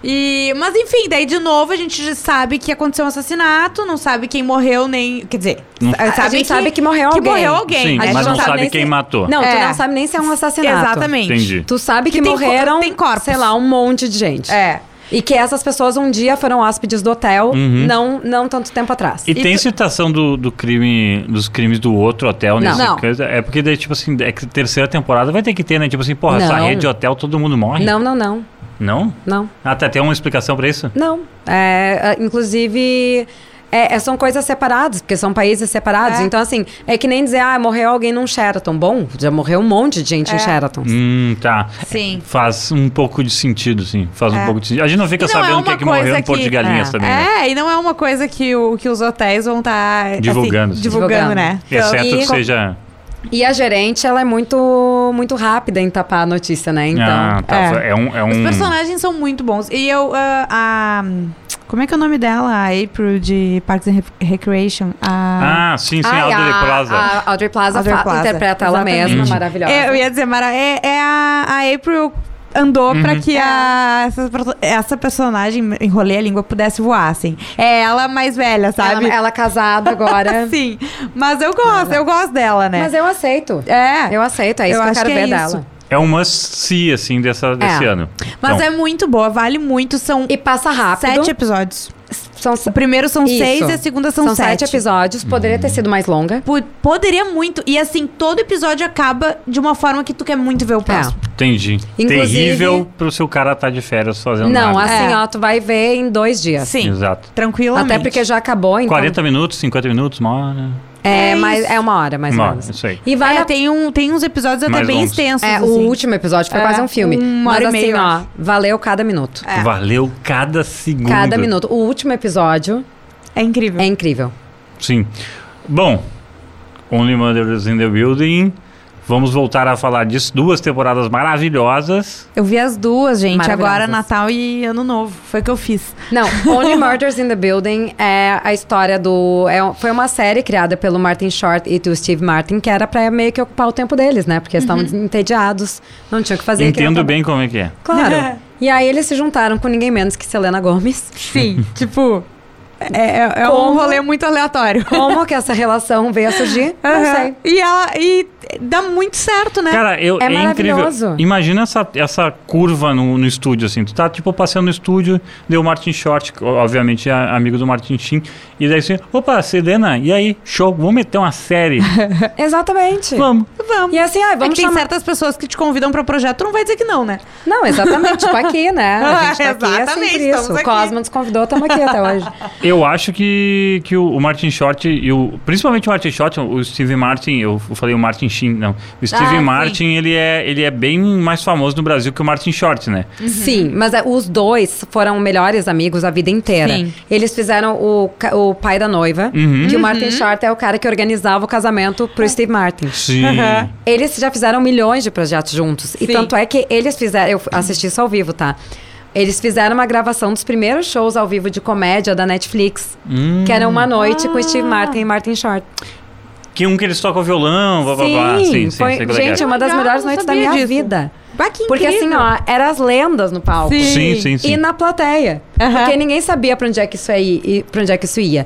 E, mas enfim, daí de novo a gente já sabe que aconteceu um assassinato, não sabe quem morreu, nem. Quer dizer, Não- sa- A gente sabe que morreu alguém. morreu alguém, né? Sim, A mas gente não não sabe sabe nem quem se- matou. Não, tu É. não sabe nem se é um assassinato. Exatamente. Entendi. Tu sabe que, Que tem cor- morreram, tem corpos. sei lá, um monte de gente. É. E que essas pessoas um dia foram hóspedes do hotel, não, não tanto tempo atrás. Uhum. E, tem citação do, do crime, dos crimes do outro hotel nesse Não. caso? É porque daí, tipo assim, é que terceira temporada vai ter que ter, né? Tipo assim, porra, essa Não. rede de hotel todo mundo morre. Não, não, não. Não? Não. Ah, tá, tem uma explicação pra isso? Não. É, é, inclusive, é, é- são coisas separadas, porque são países separados. É. Então, assim, é que nem dizer, ah, morreu alguém num Sheraton. Bom, já morreu um monte de É. gente em Sheraton. Hum, tá. Sim. Faz um pouco de sentido, sim. Faz um pouco de sentido. A gente não fica E não é sabendo o que uma é que morreu coisa no Porto de que- Galinhas é, também, né? É, e não é uma coisa que, o, que os hotéis vão estar Divulgando, sim. divulgando, Divulgando. né? Exceto e- que seja. E a gerente, ela é muito, muito rápida em tapar a notícia, né? Então, ah, tá. É, um. É Os um personagens são muito bons. E eu. ah, a. Como é que é o nome dela? A April de Parks and Re- Recreation. A. ah, sim, sim, Ai, Audrey a- Plaza. A Audrey Plaza, Audrey fa- Plaza. interpreta ela Exatamente. mesma, Uhum. maravilhosa. É, eu ia dizer, Mara, é, é a, a April andou Uhum. pra que a, essa, essa personagem, enrolei a língua, pudesse voar, assim. É ela mais velha, sabe? Ela, é ela casada agora. Sim. Mas eu gosto, eu gosto dela, né? Mas eu aceito. é. Eu aceito, é Eu isso que eu acho quero que é ver isso. dela. É um must-see, assim, dessa, desse ano. Mas então, é muito boa, vale muito. São E passa rápido. sete episódios. São, O primeiro são Isso. seis e a segunda são, são sete sete episódios. Poderia Hum. ter sido mais longa. Po- Poderia muito. E assim, todo episódio acaba de uma forma que tu quer muito ver o próximo. Entendi. Inclusive- Terrível pro seu cara estar de férias fazendo Não, nada. assim, É. ó, tu vai ver em dois dias. Sim. Tá, Exato. Tranquilamente. Até porque já acabou, então. 40 minutos, 50 minutos, uma hora. né? É, É mas isso. é uma hora, mais Uma ou hora, menos. isso aí. E vale É, a tem, um, tem uns episódios até Mais bem longos. extensos. É, o assim. último episódio foi É, quase um filme. uma mas hora e assim, meia, eu ó, acho. valeu cada minuto. É. Valeu cada segundo. Cada minuto. O último episódio É incrível. é incrível. Sim. Bom, Only Mothers in the Building. Vamos voltar a falar disso. Duas temporadas maravilhosas. Eu vi as duas, gente, Maravilhosas. agora Natal e Ano Novo. Foi o que eu fiz. Não, Only Murders in the Building é a história do. é um- foi uma série criada pelo Martin Short e do Steve Martin, que era pra meio que ocupar o tempo deles, né? Porque eles estavam entediados, não tinham o que fazer. queriam Uhum. Entendo trabalhar. bem como é que é. Claro. e aí eles se juntaram com ninguém menos que Selena Gomes. Sim, tipo. É, é- é um Como? rolê muito aleatório. Como que essa relação veio a surgir? Não Aham. sei. E ela. E dá muito certo, né? Cara, eu, É é, incrível. maravilhoso. Imagina essa, essa curva no, no estúdio, assim. Tu tá, tipo, passeando no estúdio, deu o Martin Short, que, obviamente, é amigo do Martin Sheen. E daí assim, opa, Selena, e aí? Show, vamos meter uma série. Exatamente. vamos. Vamos. E assim, É ah, que vamos tem chamar. certas pessoas que te convidam pra um projeto, tu não vai dizer que não, né? Não, exatamente, tipo aqui, né? A gente tá aqui, é Exatamente, sempre isso. estamos O aqui. Cosmo nos convidou, estamos aqui até hoje. Eu acho que, que o o Martin Short e o. Principalmente o Martin Short, o Steve Martin, eu falei o Martin Sheen, não. O Steve Ah, sim. Martin, ele é, ele é bem mais famoso no Brasil que o Martin Short, né? Uhum. Sim, mas é, os dois foram melhores amigos a vida inteira. Sim. Uhum. Eles fizeram o, ca- o pai da noiva, Uhum. que o Martin Short é o cara que organizava o casamento pro Steve Martin. Sim. Aham. Eles já fizeram milhões de projetos juntos. E Sim. tanto é que eles fizeram. Eu assisti isso ao vivo, tá? Eles fizeram uma gravação dos primeiros shows ao vivo de comédia da Netflix, Hum. que era uma noite com Ah. Steve Martin e Martin Short. Que um que eles tocam violão, blá blá blá. Sim, sim, foi, sei qual é que gente, é. uma das Legal, melhores não noites da sabia minha disso. vida. Bah, que Porque assim, incrível. ó, eram as lendas no palco. Sim. Sim, sim, sim. E na plateia. Aham. Porque ninguém sabia pra onde é que isso aí, e pra onde é que isso ia.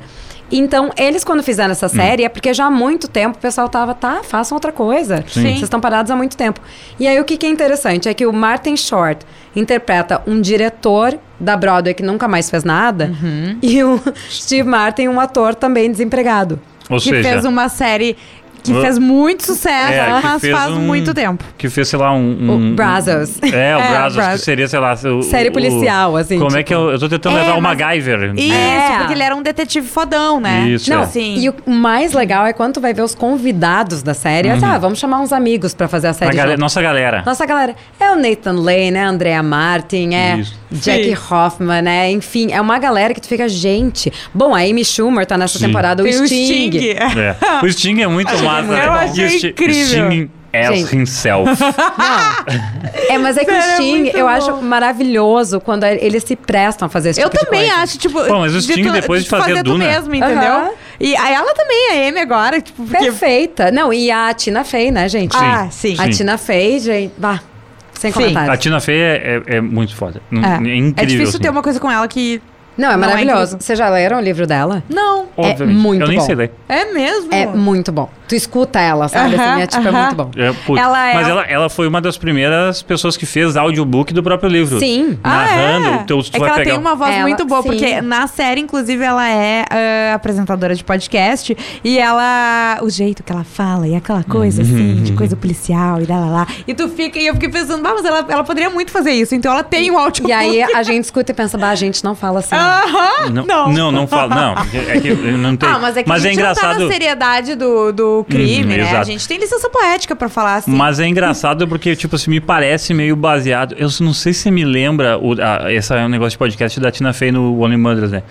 Então, eles quando fizeram Hum. essa série, é porque já há muito tempo o pessoal tava, tá, façam outra coisa. Sim. Vocês estão parados há muito tempo. E aí, o que, que é interessante é que o Martin Short interpreta um diretor da Broadway que nunca mais fez nada Uhum. e o Steve Martin, um ator também desempregado. Ou que seja, um- fez uma série que Ah. fez muito sucesso, É, que mas fez faz um- muito tempo. que fez, sei lá, um. O um Brazos. um- É, o É, Brazos, que Brazos. seria, sei lá. o- Série o- policial, assim, Como é tipo. que eu. Eu tô tentando É, levar o mas- MacGyver. Isso, É. porque ele era um detetive fodão, né? Hum. Isso, Não, é. Sim. e o mais legal é quando tu vai ver os convidados da série. Ah, tá, vamos chamar uns amigos pra fazer a A série. Uhum. galera- junto. nossa galera. Nossa galera, é o Nathan Lane, é a Andrea Martin, é Isso. Jackie Hoffman, é, enfim, é uma galera que tu fica, gente. Bom, a Amy Schumer tá nessa Sim. temporada, Tem o Sting. É. O Sting é muito muito bom. massa. né? Eu achei E o Sti- incrível. Sting as Gente. himself. É, mas é que Cara, é o Sting, muito eu bom. acho maravilhoso quando é, eles se prestam a fazer esse Eu tipo de também coisa. acho, tipo. Bom, mas o Sting, tu- depois de fazer fazer Duna- tu mesmo, entendeu? Aham. E a- ela também, a Amy agora, tipo, porque. Perfeita. Não, e a Tina Fey, né, gente? Sim. Ah, sim. A Sim. Tina Fey, gente, bah, sem Sim. A comentários. Tina Fey é, é- é muito foda. N- É. É, incrível. É difícil assim. ter uma coisa com ela que. Não, é Não, é maravilhoso. incrível. Vocês já leram o livro dela? Não. Obviamente. muito Eu nem bom. sei ler. É mesmo? É muito bom. Tu escuta ela, sabe? Aham, assim, é, tipo, é aham. muito bom. É, putz, Ela é- Mas ela, ela foi uma das primeiras pessoas que fez audiobook do próprio livro. Sim. Narrando, o teu- tu Ah, é que vai ela pegar tem um- uma voz Ela- muito boa, sim. porque na série, inclusive, ela é ah, apresentadora de podcast e ela. O jeito que ela fala e aquela coisa, Uhum. assim, de coisa policial e lá lá lá. E tu fica, e eu fiquei pensando, bah, mas ela, ela poderia muito fazer isso, então ela tem o áudio. E aí a gente escuta e pensa, bah, a gente não fala assim. Ah, Aham, Não, não. não, não, falo. Não, é que eu não tem. Ah, mas é que a gente não tá na seriedade do, do crime, Uhum, né? A exato. gente tem licença poética pra falar assim. Mas é engraçado porque, tipo assim, me parece meio baseado. Eu não sei se você me lembra. O, a, esse é um negócio de podcast da Tina Fey no Only Mothers, né?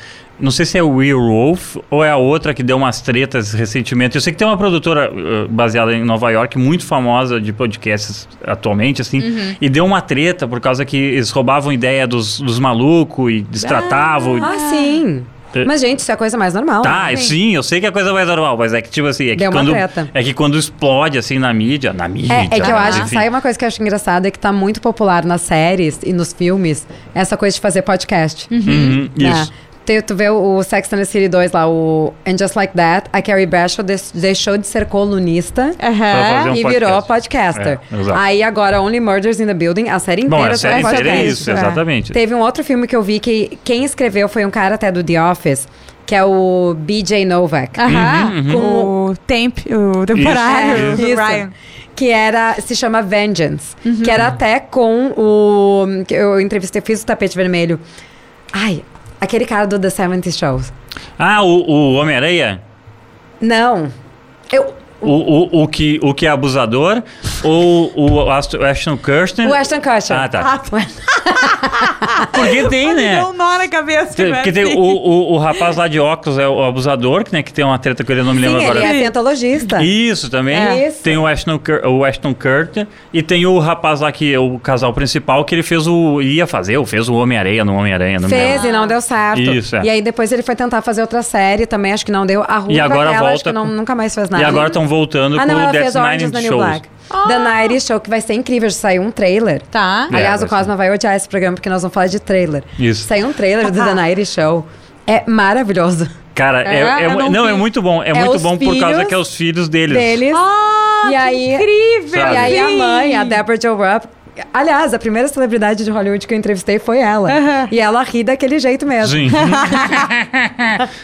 Não sei se é o Werewolf ou é a outra que deu umas tretas recentemente. Eu sei que tem uma produtora uh, baseada em Nova York, muito famosa de podcasts atualmente, assim, Uhum. e deu uma treta por causa que eles roubavam ideia dos, dos malucos e destratavam. Ah, sim. É. Mas, gente, isso é a coisa mais normal. Tá, né? sim, eu sei que é coisa mais normal, mas é que, tipo assim, é que, Deu uma quando, treta. é que quando explode, assim, na mídia, na mídia. É, é que eu mas acho, enfim. sabe uma coisa que eu acho engraçada? É que tá muito popular nas séries e nos filmes essa coisa de fazer podcast. Uhum, né? isso. Tu, tu vê o Sex and the City 2 lá, o And Just Like That, a Carrie Bradshaw des- deixou de ser colunista Pra fazer Aham. um e podcast. virou podcaster. É, exato. Aí agora Only Murders in the Building, a série inteira Bom, a foi série inteira é podcast. isso, é. exatamente. Teve um outro filme que eu vi que quem escreveu foi um cara até do The Office, que é o BJ Novak. Aham. Uhum, Com o temp, É, o temporário isso. do Isso. Ryan. Que era, se chama Vengeance. Uhum. Que era até com o. que Eu entrevistei, fiz o tapete vermelho. Ai, aquele cara do The 70 Shows. Ah, o, o Homem-Aranha? Não. Eu, O, o, o, que, o que é abusador? ou o Ast- Ashton Kutcher? o Ashton Kutcher. tá. Ah, tá. Ah, tu- Porque tem, né? Deu um nó na cabeça. Tem- é né? Porque tem assim. Sim. o, o, o rapaz lá de óculos é o abusador, que, né, que tem uma treta com ele, eu não me Sim, lembro agora. ele é cientologista. Isso também. É. Isso. Tem o Ashton, Cur- o Ashton Kutcher e tem o rapaz lá que é o casal principal que ele fez o ia fazer, ou fez o Homem-Aranha no Homem-Aranha, não me Fez lembro. e não deu certo. Isso, é. E aí depois ele foi tentar fazer outra série também, acho que não deu. A Ruiva, agora aquela, acho volta que não- com- nunca mais fez nada. E agora estão voltando Ah, com não, o ela Death fez Orange is the Nine New Show. Black. The Night Show, que vai ser incrível, já saiu um trailer. Tá. É, Aliás, o vai ser. Cosma vai odiar esse programa, porque nós vamos falar de trailer. Isso. Saiu um trailer do Ah, tá. The Night Show. É maravilhoso. Cara, é, É, é- eu não não, é vi. muito bom. É, É muito os bom por causa filhos que é os filhos deles. Deles. Ah, E que aí- incrível! Sabe? E aí a sim. mãe, a Deborah Jo Rupp. Aliás, a primeira celebridade de Hollywood que eu entrevistei foi ela. Aham. E ela ri daquele jeito mesmo. Sim.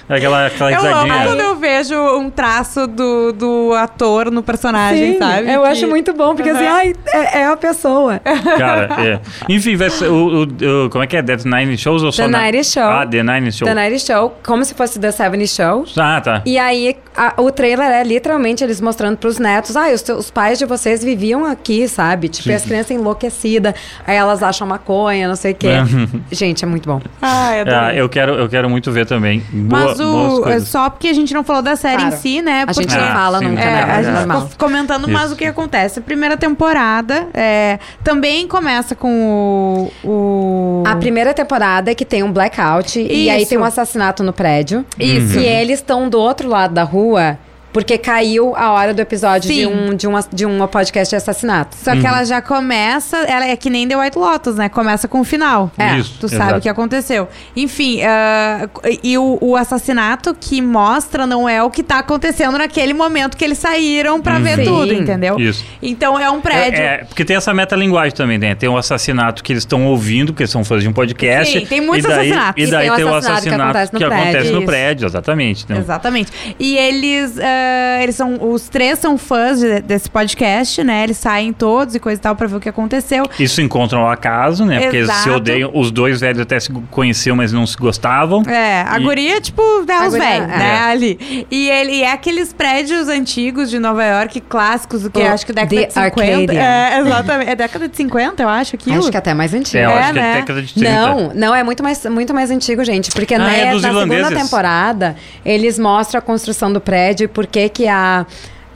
aquela aquela Eu amo risadinha. quando eu vejo um traço do, do ator no personagem, Sim, sabe? eu Que- acho muito bom, porque assim, Aham. ai, é, é a pessoa. Cara, é. Enfim, vai ser o, o- o- Como é que é? Death Nine Shows ou só. The na- Nine Show. Ah, The Nine Show. The Night Show, como se fosse The 70 Show. Ah, tá. E aí, a- o trailer é literalmente eles mostrando pros netos: ah, os, teus- os pais de vocês viviam aqui, sabe? Tipo, e as crianças enlouquecidas, aí elas acham maconha, não sei o quê. Gente, é muito bom. Ai, Ah, adorei. eu, quero, eu quero muito ver também. Boa, Mas boas o, é coisas. só porque a gente não falou da série Claro. em si, né? A gente porque- não Ah, fala sim, nunca, é, né? a É, gente normal. ficou comentando, mas Isso. o que acontece? A primeira temporada é, também começa com o. o- A primeira temporada é que tem um blackout e aí Isso. tem um assassinato no prédio. Isso. E eles estão do outro lado da rua porque caiu a hora do episódio de Sim. um, de, um, ass- de um podcast de assassinato. Só que ela Uhum. já começa, ela é que nem The White Lotus, né? Começa com o final. É. Isso, tu sabe exato. o que aconteceu. Enfim, ah, e o, o assassinato que mostra não é o que tá acontecendo naquele momento que eles saíram pra ver Sim. tudo, entendeu? Uhum. Isso. Então é um prédio. É, é, porque tem essa metalinguagem também, né? Tem o assassinato que eles estão ouvindo, porque eles são fãs de um podcast. Sim, tem muitos e daí, assassinatos. E daí E tem o tem o assassinato que acontece assassinato no que prédio. acontece no Isso. prédio, exatamente. né? Exatamente. E eles, ah, eles são, os três são fãs de- desse podcast, né? Eles saem todos e coisa e tal pra ver o que aconteceu. Isso encontram ao acaso, né? Porque eles se Exato. odeiam. Os dois velhos até se conheciam, mas não se gostavam. É, a E- guria, tipo, A é os guria, velhos, é. né? Ali. E ele e é aqueles prédios antigos de Nova York, clássicos, do que O acho que é década The de 50. Arcadia. É, exatamente. É década de 50, eu acho, aquilo. Acho que até mais É, antigo. eu É, acho que né? é década de 30. Não, não, é muito mais, muito mais antigo, gente. Porque Ah, na, é dos na segunda irlandeses. temporada, eles mostram a construção do prédio e por que que a...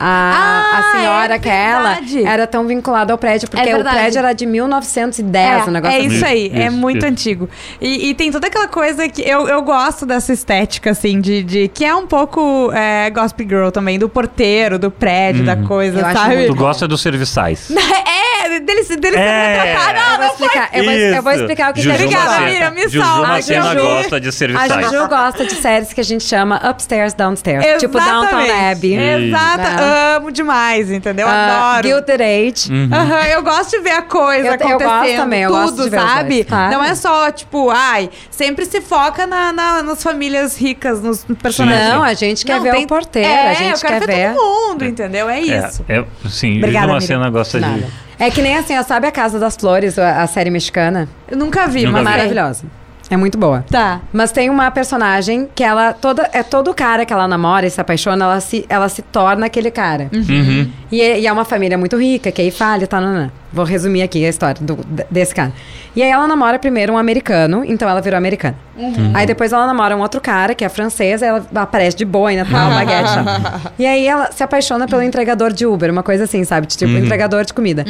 A, Ah, a senhora é aquela verdade. É era tão vinculada ao prédio, porque o verdade. prédio era de 1910, É, o um negócio é isso assim. aí, é Isso, muito isso. antigo. E, e tem toda aquela coisa que eu, eu gosto dessa estética, assim, de, de- que é um pouco é, Uhum. Gossip Girl também, do porteiro, do prédio, da coisa, Eu acho sabe? muito Tu gosta dos serviçais. É, dele, dele, se- dele É. se retratar. Eu Ah, Não, vou não foi. explicar, eu vou, eu vou Isso. explicar o que, que é Juju Obrigada, Macena. Miriam, me Juju salva. Macena Juju. gosta de A serviçais. Juju gosta de séries que a gente chama Upstairs, Downstairs. Tipo Exatamente. Downtown Abbey. Exata, Né? amo demais, entendeu? ah, Adoro. Gilted Age. Uhum. Aham, eu gosto de ver a coisa Eu- eu acontecendo. gosto também, eu tudo, gosto de ver os sabe? dois, claro. Não é só, tipo, ai, sempre se foca na, na- nas famílias ricas, nos personagens. Sim. Não, a gente quer Não, ver tem- o porteiro, é, a gente eu quero quer ver ver. todo mundo, entendeu? É isso. É, é, sim, Obrigada, Juju Miriam. Macena gosta de... Nada. É que nem assim, ó, sabe a Casa das Flores, a a série mexicana? Eu nunca vi, Nunca mas vi. Maravilhosa. É muito boa. Tá. Mas tem uma personagem que ela toda é todo cara que ela namora e se apaixona, ela se ela se torna aquele cara. Uhum. E é, e é uma família muito rica, que aí falha, tá, não, não. Vou resumir aqui a história do- d- desse cara. E aí ela namora primeiro um americano, então ela virou americana. Uhum. Aí depois ela namora um outro cara, que é francês, aí ela aparece de boina, Uhum. Tá. tal, é baguete, assim. tal. E aí ela se apaixona pelo entregador de Uber, uma coisa assim, sabe? Uhum. Tipo, entregador de comida.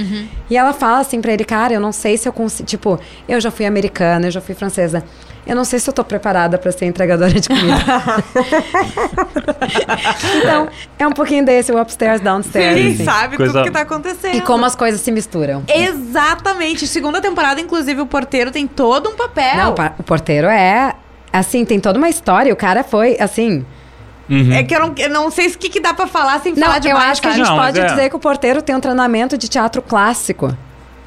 E ela fala assim pra ele, cara, eu não sei se eu consigo, tipo, eu já fui americana, eu já fui francesa. Eu não sei se eu tô preparada pra ser entregadora de comida. então, é um pouquinho desse, o upstairs, downstairs. Ninguém assim. sabe Coisa- tudo que tá acontecendo. E como as coisas se misturam. Exatamente. Segunda temporada, inclusive, o porteiro tem todo um papel. Não, o par- o porteiro é. Assim, tem toda uma história. O cara foi, assim. Uhum. É que eu não, eu não sei o que, que dá pra falar sem Não, falar eu demais. acho que a sabe? gente Não, mas pode é. dizer que o porteiro tem um treinamento de teatro clássico.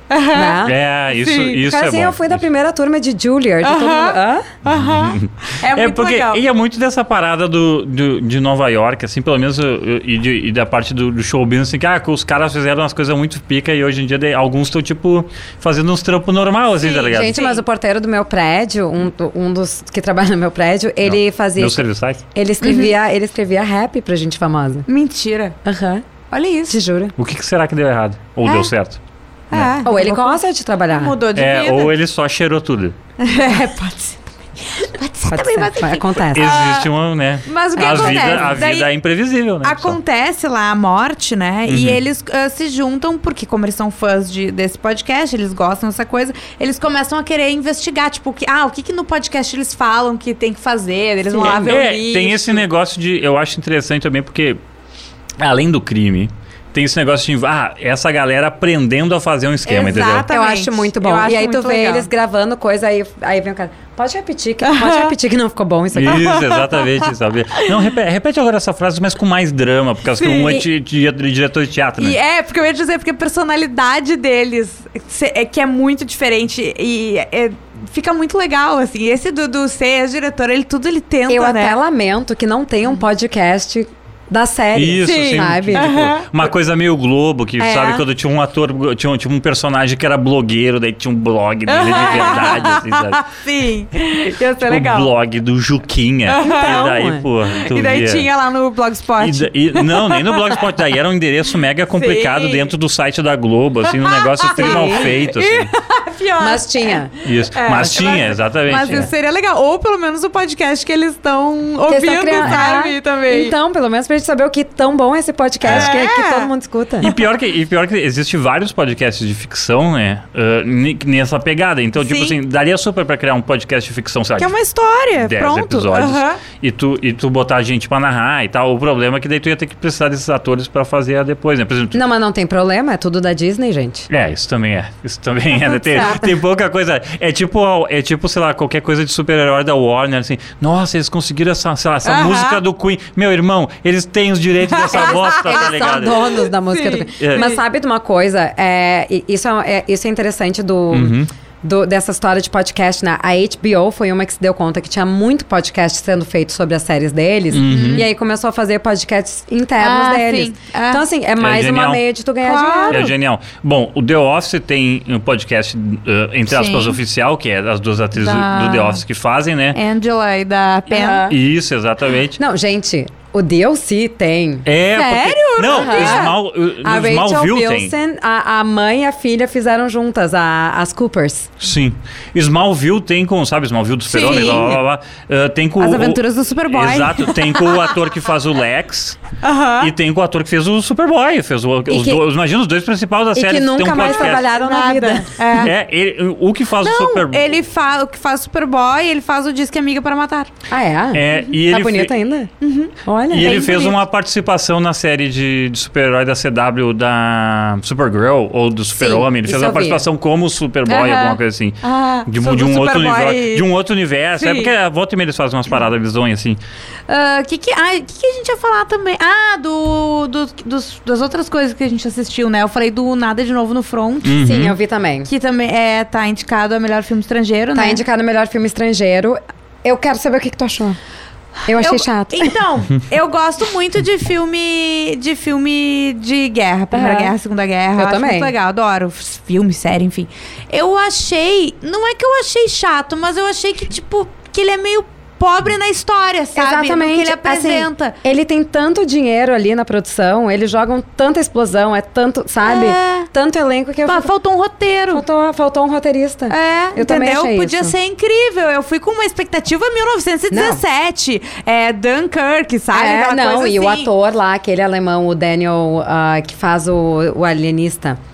Né? É, isso, Sim. isso cara, é assim, bom. eu fui da primeira turma de Juilliard. todo Aham. mundo, "Hã?" Aham. É muito porque legal. e é muito dessa parada do, do- de Nova York, assim, pelo menos, eu- eu- e, de- e da parte do, do show business, assim, que ah, que os caras fizeram umas coisas muito pica e hoje em dia de- alguns estão, tipo, fazendo uns trampos normal, assim, Sim, tá ligado? Gente, Sim. mas o porteiro do meu prédio, um, do- um dos que trabalha no meu prédio, ele fazia. Meus serviçais? Ele escrevia, ele escrevia rap pra gente famosa. Mentira. Aham. Olha isso. Te juro. O que, que será que deu errado? Ou É. deu certo? É. Ou ele gosta de trabalhar. Mudou de É, vida. ou ele só cheirou tudo. É, pode ser. Pode ser Pode também, ser. mas enfim. Acontece. Existe uma, né? Mas o que a acontece? vida, a vida Daí- é imprevisível, né? pessoal? Acontece lá a morte, né? Uhum. E eles ah, se juntam, porque como eles são fãs de- desse podcast, eles gostam dessa coisa, eles começam a querer investigar, tipo, o que, ah, o que, que no podcast eles falam que tem que fazer, eles vão lá ver É, o lixo. tem esse negócio de. Eu acho interessante também, porque além do crime, tem esse negócio de. Ah, essa galera aprendendo a fazer um esquema, entendeu? Exato. Eu Exatamente. acho muito bom. Eu acho e aí tu muito vê legal. eles gravando coisa, aí, aí vem o cara. Pode repetir, que, pode repetir que não ficou bom isso aqui. Isso, exatamente, sabe? Não, repete, repete agora essa frase, mas com mais drama, porque causa que um é ti- ti- diretor de teatro, E né? é, porque eu ia dizer, porque a personalidade deles se- é que é muito diferente e é- fica muito legal, assim. Esse do, do ser diretor, ele tudo ele tenta, Eu né? até lamento que não tenha um podcast da é, série. Isso, assim, sabe? tipo, uma coisa meio Globo, que É. sabe, quando tinha um ator, tinha, um- tinha um personagem que era blogueiro, daí tinha um blog dele de verdade, assim, sabe? Ah, Sim, ia ser O legal. blog do Juquinha. Então, e daí, ué. pô, tu E daí via. tinha lá no Blogspot. E da- e- não, nem no Blogspot. Daí era um endereço mega complicado Sim. dentro do site da Globo, assim, um negócio tão Sim. mal feito, assim. Pior. Mas tinha. Isso. É, mas tinha, exatamente. Mas isso é. seria legal. Ou pelo menos o podcast que eles estão Que ouvindo, estão criando- sabe? Ah, também. Então, pelo menos pra gente saber o que tão bom é esse podcast É. que, que todo mundo escuta. E pior, que, e pior que existe vários podcasts de ficção, né? ah, ni- nessa pegada. Então, tipo Sim. assim, daria super pra criar um podcast de ficção, sabe? que é uma história. 10 Pronto. episódios. Aham. E, tu, e tu botar gente pra narrar e tal. O problema é que daí tu ia ter que precisar desses atores pra fazer a depois, né? Por exemplo, tu- Não, mas não tem problema, é tudo da Disney, gente. É, isso também é. Isso também é. né? Tem, Tá. tem pouca coisa. É tipo, a- é tipo, sei lá, qualquer coisa de super-herói da Warner, assim. Nossa, eles conseguiram essa, sei lá, essa Aham. música do Queen. Meu irmão, eles têm os direitos dessa bosta, tá Eles são ligado? donos da música Sim. do Queen. É. Mas sabe de uma coisa? É, e- isso, é, é- isso é interessante do, Uhum. do- dessa história de podcast, né? A HBO foi uma que se deu conta que tinha muito podcast sendo feito sobre as séries deles. Uhum. E aí começou a fazer podcasts internos Ah, deles. sim. Ah. Então, assim, é mais uma genial. meia de tu ganhar Claro. É dinheiro. genial. Bom, o The Office tem um podcast, eh, entre aspas, Sim. oficial, que é as duas atrizes Da- É. do The Office que fazem, né? Angela e da Pen. Aham. Isso, exatamente. Não, gente, o DLC tem. É, Sério? Porque, não, Não sabia. o Small, A o Rachel Smallville tem. Wilson, a, a mãe e a filha fizeram juntas, a- as Coopers. Sim. Smallville tem com, sabe, Smallville do Super-Homem, Sim. blá, blá, blá, blá. Ah, tem com As o- Aventuras do Superboy. Ah. Exato, tem com o ator que faz o Lex Aham. e tem com o ator que fez o Superboy, fez o, os que- dois, imagina os dois principais da E série que tem um nunca mais podcast. trabalharam na vida. É. É, ele- o que faz o Superboy. Ele fala o que faz Superboy, ele faz o Disque Amiga para Matar. Ah, é? É, e tá ele bonito fe- ainda? Olha, tá E é bem ele fez bonito. uma participação na série de, de super-herói da CW da Supergirl ou do Super-Homem. Ele isso fez uma eu vi. participação como Superboy, Aham. alguma coisa assim. Ah, De, um- sobre de o um outro Superboy. universo, de um outro universo. É Sim. porque a volta e meia eles fazem umas paradas bizonhas assim. Ah, que que, ai, que que a gente ia falar também? Ah, do, do- dos- das outras coisas que a gente assistiu, né? Eu falei do Nada de Novo no Front, Uhum. Sim, eu vi também. que também é, tá indicado a melhor filme estrangeiro, Tá né? indicado o melhor filme estrangeiro. Eu quero saber o que, que tu achou. Eu achei Eu- chato. Então, eu gosto muito de filme de filme de guerra, Primeira Aham. Guerra, Segunda Guerra. Eu acho também. muito legal, adoro f- filme, série, enfim. Eu achei, não é que eu achei chato, mas eu achei que tipo que ele é meio pobre na história, sabe? No que ele Assim, apresenta. ele tem tanto dinheiro ali na produção, eles jogam tanta explosão, é tanto, sabe? É. Tanto elenco que eu Bah, fico- faltou um roteiro. faltou, faltou um roteirista. É, Eu também entendeu? achei Podia isso. ser incrível. Eu fui com uma expectativa 1917. É Dunkirk, sabe? É, Aquela não, coisa e o assim. ator lá, aquele alemão, o Daniel, ah, que faz o, o alienista. Hum.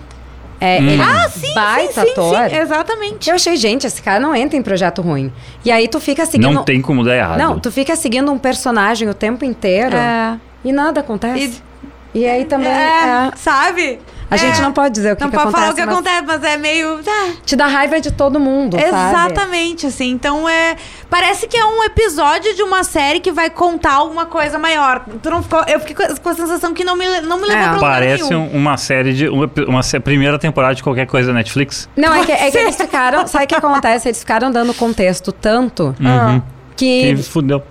É, Ele ah, Sim, baita sim, sim, ator. sim, exatamente. Eu achei, gente, esse cara não entra em projeto ruim. E aí tu fica seguindo. Não tem como dar errado. Não, tu fica seguindo um personagem o tempo inteiro É. e nada acontece. E, aí também. É, é, sabe? a gente não pode dizer o que, Não que pode acontece. falar o que mas acontece, mas é meio. ah, Te dá raiva de todo mundo. Sabe? exatamente, assim. Então é. Parece que é um episódio de uma série que vai contar alguma coisa maior. Tu não ficou, eu fiquei com a- com a sensação que não me, le- não me levou É. pra lugar Parece nenhum. um- uma série de. Uma, uma se- primeira temporada de qualquer coisa Netflix. Não, é que, é que eles ficaram. Sabe o que acontece? Eles ficaram dando contexto tanto Uhum. que Que fudeu.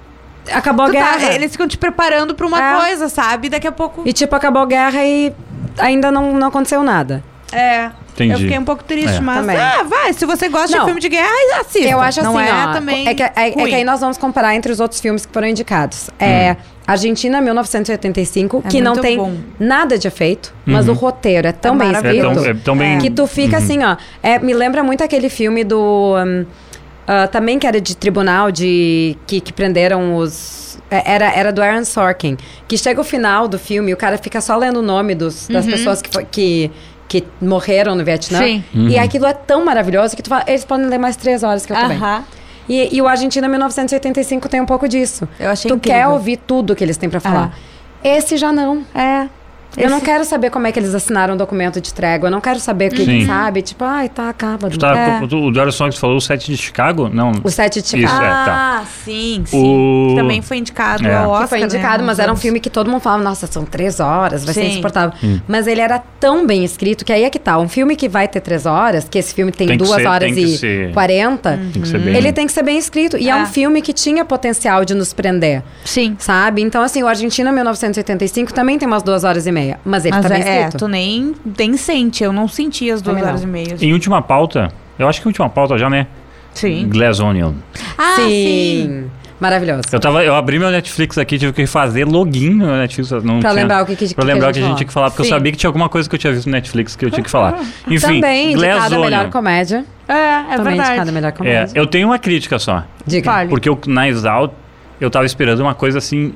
acabou a Tu tá- guerra. eles ficam te preparando pra uma É. coisa, sabe? Daqui a pouco. E tipo, acabou a guerra e ainda não, não aconteceu nada. É. Entendi. Eu fiquei um pouco triste, É. mas. Também. Ah, vai. Se você gosta de Não. filme de guerra, ah, assista. Eu acho assim, não é ó, também. é, que, é- é que ruim. Hum. aí nós vamos comparar entre os outros filmes que foram indicados. É Argentina 1985, É que não muito tem bom. Uhum. nada de efeito, mas o roteiro é tão É Uhum. bem É escrito tão, é tão bem. que tu fica assim, ó. É, me lembra muito aquele filme do. hum, ah, também que era de tribunal, de que, que prenderam os. é, Era, era do Aaron Sorkin. Que chega o final do filme e o cara fica só lendo o nome dos, das pessoas que, fo- que, que morreram no Vietnã. Uhum. Sim. Uhum. E aquilo é tão maravilhoso que tu fala, eles podem ler mais três horas que eu tô bem. Aham. E, e o Argentina 1985 tem um pouco disso. Eu achei tu incrível. quer ouvir tudo que eles têm pra falar. Esse já não. É. Eu não Esse- quero saber como é que eles assinaram o documento de trégua. Eu não quero saber o que, Sim. que sabe. Tipo, ai, tá, acaba. Tu tá- tu- O Dario Song falou o set de Chicago? Não. O set de Isso, Chicago. é, tá. Ah, sim, sim. O- Que Também foi indicado É. ao Que Oscar. que foi né, indicado, mas uns era um anos. filme que todo mundo falava, nossa, são três horas, vai Sim. ser insuportável. Hum. Mas ele era tão bem escrito que aí é que tá. Um filme que vai ter três horas, que esse filme tem, Tem que duas ser- horas tem que e ser- quarenta, Tem que ser bem. ele tem que ser bem escrito. E é. É. um filme que tinha potencial de nos prender, Sim. sabe? Então, assim, o Argentina 1985 também tem umas duas horas e meia, mas ele Mas tá bem é, é, escrito. tu nem, nem sente. Eu não senti as duas Também não. horas e meia. Em última pauta, eu acho que última pauta já, né? Sim. Glass Onion. Ah, sim. Sim. Maravilhoso. Eu, tava, eu abri meu Netflix aqui, tive que fazer login no Netflix. Não Pra tinha- lembrar o que, que, Pra lembrar o que a gente falou. Ah, tinha que falar, porque Sim. eu sabia que tinha alguma coisa que eu tinha visto no Netflix que eu tinha que falar. Enfim, Também Glass indicada a Onion. melhor comédia. É, é também indicada a verdade. melhor É, comédia. eu tenho uma crítica só. Diga. Fale. Porque eu, na Exalt, eu tava esperando uma coisa assim.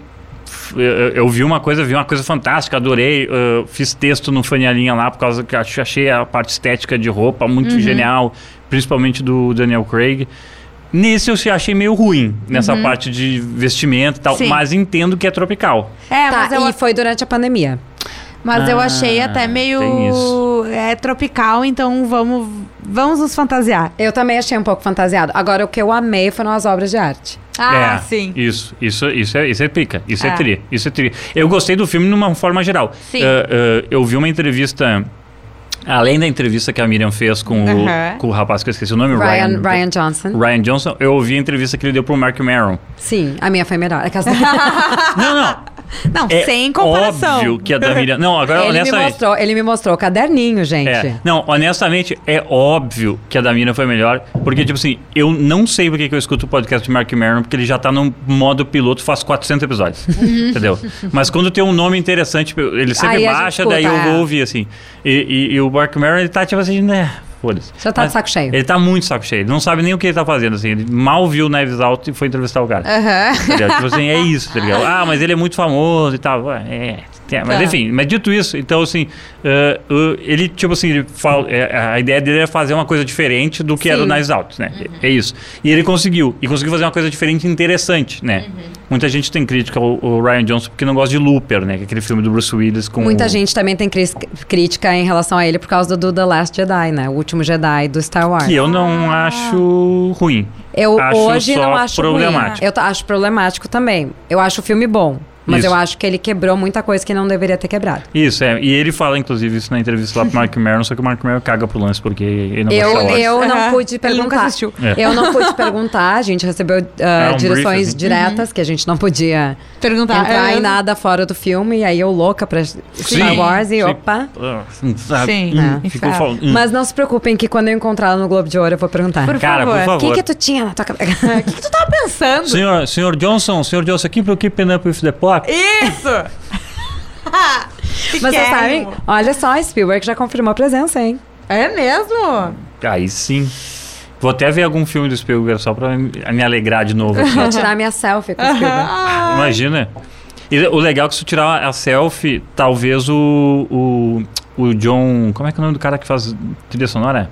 f- Eu, eu vi uma coisa, vi uma coisa fantástica, adorei. eh, fiz texto no Fanialinha lá, por causa que eu ach- achei a parte estética de roupa muito genial, principalmente do Daniel Craig. Nesse eu se- achei meio ruim, nessa parte de vestimento e tal, Sim. mas entendo que é tropical. É, Tá, mas eu e foi durante a pandemia. Mas eu Ah, achei até meio tem isso. é tropical, então vamos vamos nos fantasiar. Eu também achei um pouco fantasiado. Agora, o que eu amei foram as obras de arte. Ah, é, sim. Isso, isso, isso, é, isso é pica, isso é. É. tri, isso é tri. Eu gostei do filme de uma forma geral. Sim. Ah, ah, eu vi uma entrevista, além da entrevista que a Miriam fez com, Aham. o, com o rapaz que eu esqueci o nome, Ryan, Ryan Johnson. Ryan Johnson, eu ouvi a entrevista que ele deu pro Mark Maron. Sim, a minha foi melhor. Aquelas- Não, não. Não, É sem comparação. óbvio que a da Miriam... Não, agora ele, me honestamente... mostrou, ele me mostrou o caderninho, gente. É. Não, honestamente, é óbvio que a da Mina foi melhor. Porque, tipo assim, eu não sei porque que eu escuto o podcast de Mark Maron, porque ele já tá num modo piloto faz 400 episódios. entendeu? Mas quando tem um nome interessante, ele sempre Uhum. Aí a gente baixa, escuta, daí eu é. vou ouvir, assim. E, e- e o Mark Maron, ele tá, tipo assim, né... Foda-se. Já tá de Mas saco cheio. Ele tá muito saco cheio. Ele não sabe nem o que ele tá fazendo, assim. Ele mal viu o Knives Out e foi entrevistar o cara. Aham. Tá ligado? tipo assim, é isso, tá ligado? Ah, mas ele é muito famoso e tal. Ué, É, É, mas Tá. enfim, mas dito isso, então assim, ah, o- ele, tipo assim, ele fala, é, a ideia dele era fazer uma coisa diferente do que era o Sim. Uhum. Knives Out, né? É isso. E ele conseguiu. E conseguiu fazer uma coisa diferente e interessante, né? Uhum. Muita gente tem crítica ao, ao Ryan Johnson porque não gosta de Looper, né? Que é aquele filme do Bruce Willis com. Muita o- gente também tem cris- crítica em relação a ele por causa do The Last Jedi, né? O último Jedi do Star Wars. Que eu não acho ruim. Eu Acho hoje só não acho problemático. Ruim. Eu ta- acho problemático também. Eu acho o filme bom, mas Isso. eu acho que ele quebrou muita coisa que não deveria ter quebrado. Isso, é. E ele fala, inclusive, isso na entrevista lá pro Mark Maron, só que o Mark Maron caga pro lance porque ele não Eu, gosta de Star Wars. eu não Aham. pude Ele nunca perguntar. assistiu. É. Eu não pude perguntar, a gente recebeu ah, um brief, direções assim. diretas que a gente não podia Perguntar. entrar é, em nada fora do filme. E aí eu louca pra Star Sim, Wars e sim. opa. Ah, Sim, sabe? Sim, Hum, é. ficou Inferno. falando. hum. Mas não se preocupem que quando eu encontrá-lo no Globo de Ouro eu vou perguntar. Por Cara, por favor. favor. O que, que tu tinha na tua cabeça? O que, que tu tava pensando? Senhor, senhor Johnson, senhor Johnson, aqui pro Keeping Up With The Pop. Isso! Que Mas vocês sabem, querem? olha só, Spielberg já confirmou a presença, hein? É mesmo? Aí sim. Vou até ver algum filme do Spielberg só pra me me alegrar de novo. assim. Vou tirar minha selfie com o Spielberg. Ah, Imagina. E o legal é que se tu tirar a selfie, talvez o, o, o John... Como é que é o nome do cara que faz trilha sonora?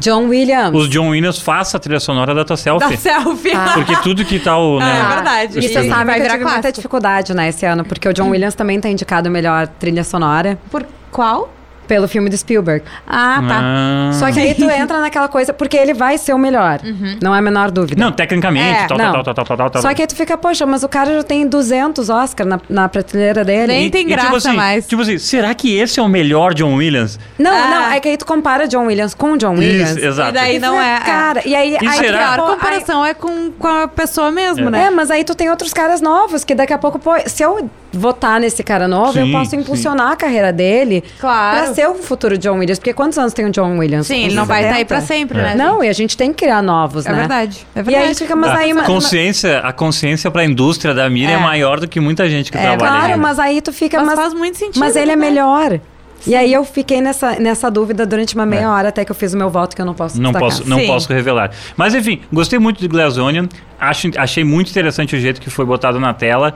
John Williams. Os John Williams faça a trilha sonora da tua da selfie. selfie. Ah. Porque tudo que tá o... É Né, verdade. E você Sim. Vai sabe que eu virar tive muita clássico. dificuldade, né, esse ano, porque o John Williams também tá indicado melhor trilha sonora Por qual? pelo filme do Spielberg. Ah, tá. Ah. Só que aí tu entra naquela coisa, porque ele vai ser o melhor. Uhum. Não é a menor dúvida. Não, tecnicamente, É, tal, não. tal, tal, tal, tal, tal, tal. Só que aí tu fica, poxa, mas o cara já tem 200 Oscar na, na prateleira dele. Nem tem graça tipo assim, mais. Tipo assim, será que esse é o melhor John Williams? Não, Ah. não, é que aí tu compara John Williams com John Williams. Isso, exato. E daí- E não é, é. Cara, e aí... E será? aí tu A Claro, fala, pô, aí- comparação é com, com a pessoa mesmo, né? É, mas aí tu tem outros caras novos que daqui a pouco, pô, se eu votar nesse cara novo, Sim, eu posso sim. impulsionar a carreira dele Claro. pra ser o futuro John Williams. Porque quantos anos tem o John Williams? um Sim, Uns ele não vai estar aí 70? pra sempre, É. né? Não, e a gente tem que criar novos, É né? verdade. É E verdade. aí fica, mas A aí. mas- Tá. consciência, a consciência para a indústria da mira é. É. maior do né? que muita gente que é, trabalha. claro, ali. mas aí tu fica. Mas Mas, faz muito sentido, tá- Mas ele é verdade. melhor. E aí eu fiquei nessa, nessa dúvida durante uma meia hora até que eu fiz o meu voto que eu não posso É. Não destacar. posso, não Sim. posso revelar. Mas enfim, gostei muito de Glass Onion. Acho, achei muito interessante o jeito que foi botado na tela.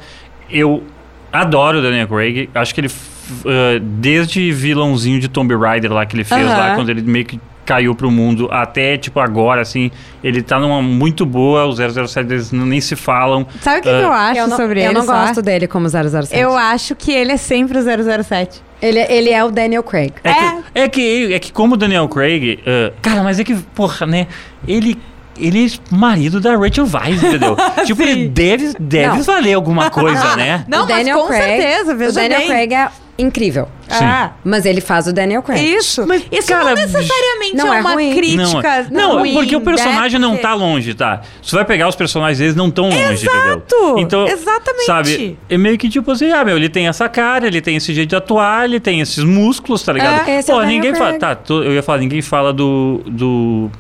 Eu adoro o Daniel Craig. Acho que ele, f- ah, desde vilãozinho de Tomb Raider lá que ele fez lá, Aham. quando ele meio que caiu pro mundo, até tipo agora, assim, ele tá numa muito boa. Os 007 eles nem se falam. Sabe o que, que eu acho eu não, sobre eu ele? não só? gosto dele como 007. Eu acho que ele é sempre o 007. ele, ele é o Daniel Craig. É, Que, é que é que como o Daniel Craig, ah, cara, mas é que porra, né? Ele ele é marido da Rachel Weisz, entendeu? tipo, ele deve deve Não. valer alguma coisa, né? Não, o mas Daniel com Craig, certeza, veja O Daniel bem. Craig é incrível. Sim. Ah, Mas ele faz o Daniel é Craig. isso. Mas, isso cara, não necessariamente não é é uma ruim. crítica. não, não ruim, né? porque o personagem deve não ser. tá longe, tá? Você vai pegar os personagens deles não tão longe, entendeu? Então, Exato, exatamente. Sabe, é meio que tipo assim, ah, meu, ele tem essa cara, ele tem esse jeito de atuar, ele tem esses músculos, tá ligado? É, esse é o Pô, Daniel ninguém fala, Craig. tá, tô- eu ia falar, ninguém fala do do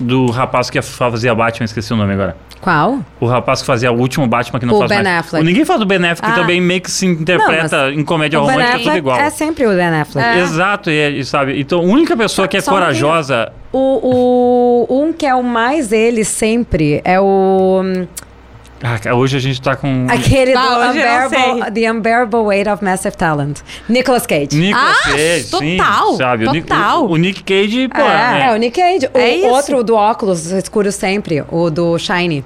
do rapaz que fazia Batman, esqueci o nome agora. Qual? O rapaz que fazia o último Batman que não O faz Ben mais. Affleck. Ninguém fala do Ben Affleck, que Ah. também meio que se interpreta em comédia o Ben romântica Então, tudo Affleck igual. é sempre o Ben Affleck. Exato, e, e sabe? Então, a única pessoa Só- que é só não tem- corajosa O, o um que é o mais ele sempre é o hum, Ah, cara, hoje a gente tá com aquele do Ah, hoje eu não unbearable, The Unbearable Weight of Massive Talent, Nicolas Cage. Nicolas Ah, Cage, total, sim, sabe? O Nic- total. O, o Nick Cage, pô, É, o né? Nick Cage. O É isso. outro do óculos escuro sempre, o do Shiny.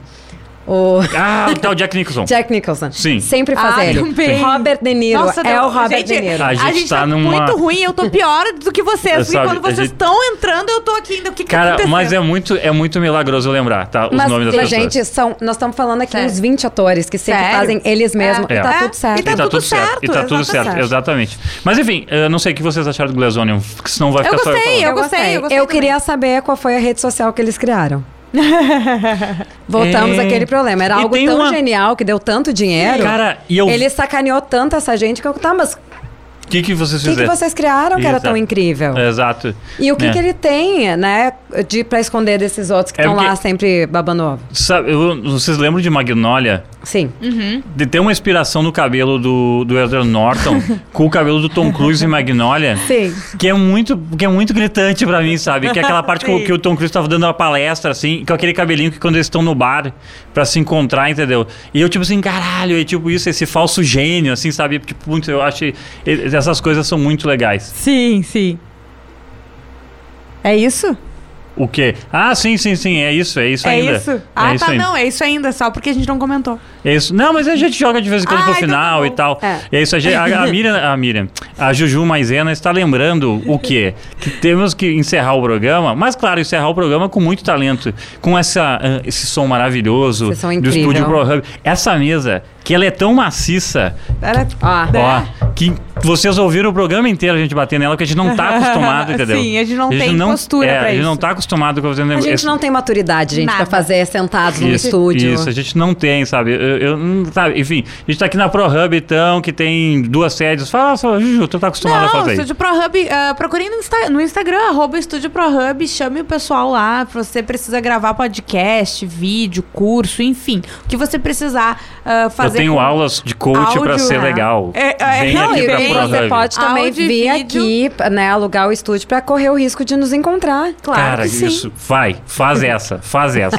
O Ah, o tal Jack Nicholson. Jack Nicholson. Sim. Sempre faz Ah, ele. também. Robert De Niro. Nossa, é não, o Robert gente, De Niro. A A gente gente, tá tá, numa- muito ruim, eu tô pior do que vocês. Porque Sabe, quando a vocês gente- estão entrando, eu tô aqui ainda. O que, que tá Cara, acontecendo? mas é muito, é muito milagroso lembrar, tá? Os Mas, nomes das mas, pessoas. gente, são, nós estamos falando aqui Sério. uns 20 atores que sempre Sério? fazem eles mesmos. É. E tá É. tudo certo. E tá tudo certo, E tá tudo exatamente. certo, exatamente. Mas enfim, eu não sei o que vocês acharam do Glazonium, que senão vai Eu ficar só gostei, falando. eu gostei, eu gostei queria saber qual foi a rede social que eles criaram. Voltamos É. àquele problema. Era E algo tem tão uma- genial que deu tanto dinheiro. Cara, e eu- Ele sacaneou tanto essa gente que eu. Tá, mas O que, que vocês O que, que fizeram? vocês criaram que era tão Exato. É, incrível? Então. Exato. E o que, É. que ele tem, né, de, pra esconder desses outros que É estão porque- lá sempre babando ovo? Sabe, eu- vocês lembram de Magnolia? Sim. De ter uma inspiração no cabelo do, do Edward Norton com o cabelo do Tom Cruise em Magnolia. Sim. Que é muito, que é muito gritante pra mim, sabe? Que é aquela parte que, o- que o Tom Cruise tava dando uma palestra, assim, com aquele cabelinho que quando eles estão no bar pra se encontrar, entendeu? E eu, tipo assim, caralho, é tipo isso, esse falso gênio, assim, sabe? Tipo, muito, eu acho. e- Essas coisas são muito legais. Sim, sim. É isso? O quê? Ah, sim, sim, sim, é isso, é isso é ainda. isso? Ah, isso tá, ainda. não, é isso ainda, só porque a gente não comentou. É isso. Não, mas a gente joga de vez em quando Ah, pro então final tá e bom. tal. É. É isso. A, gente- a, a Miriam, a Miriam, a Juju Maisena está lembrando o quê? Que temos que encerrar o programa, mas claro, encerrar o programa com muito talento, com essa, ah, esse som maravilhoso Esse som do incrível. Estúdio Pro Hub. Essa mesa, que ela é tão maciça, Era... Ah, Ó. ó, que vocês ouviram o programa inteiro a gente bater nela, porque a gente não tá acostumado, entendeu? Sim, a gente não tem postura é, pra A gente não isso. tá acostumado com fazendo A gente esse- não tem maturidade, gente, Nada. pra fazer sentados no isso, estúdio. Isso, a gente não tem, sabe? Eu, eu não- sabe? Enfim, a gente tá aqui na ProHub, então, que tem duas sedes. Fala, fala Juju, tu tá acostumado a Não, fazer isso. Estúdio Pro Hub, ah, procurem no, Insta- no Instagram, arroba Estúdio Pro Hub, chame o pessoal lá, se você precisa gravar podcast, vídeo, curso, enfim, o que você precisar ah, Eu fazer. tenho com- aulas de coach pra áudio, ser né? legal. É, é, Vem não, aqui e pra vem, ProHub. você pode também Áudio e vir vídeo. aqui, né, alugar o estúdio pra correr o risco de nos encontrar. Claro Cara, que sim. isso. Vai, faz essa, faz essa.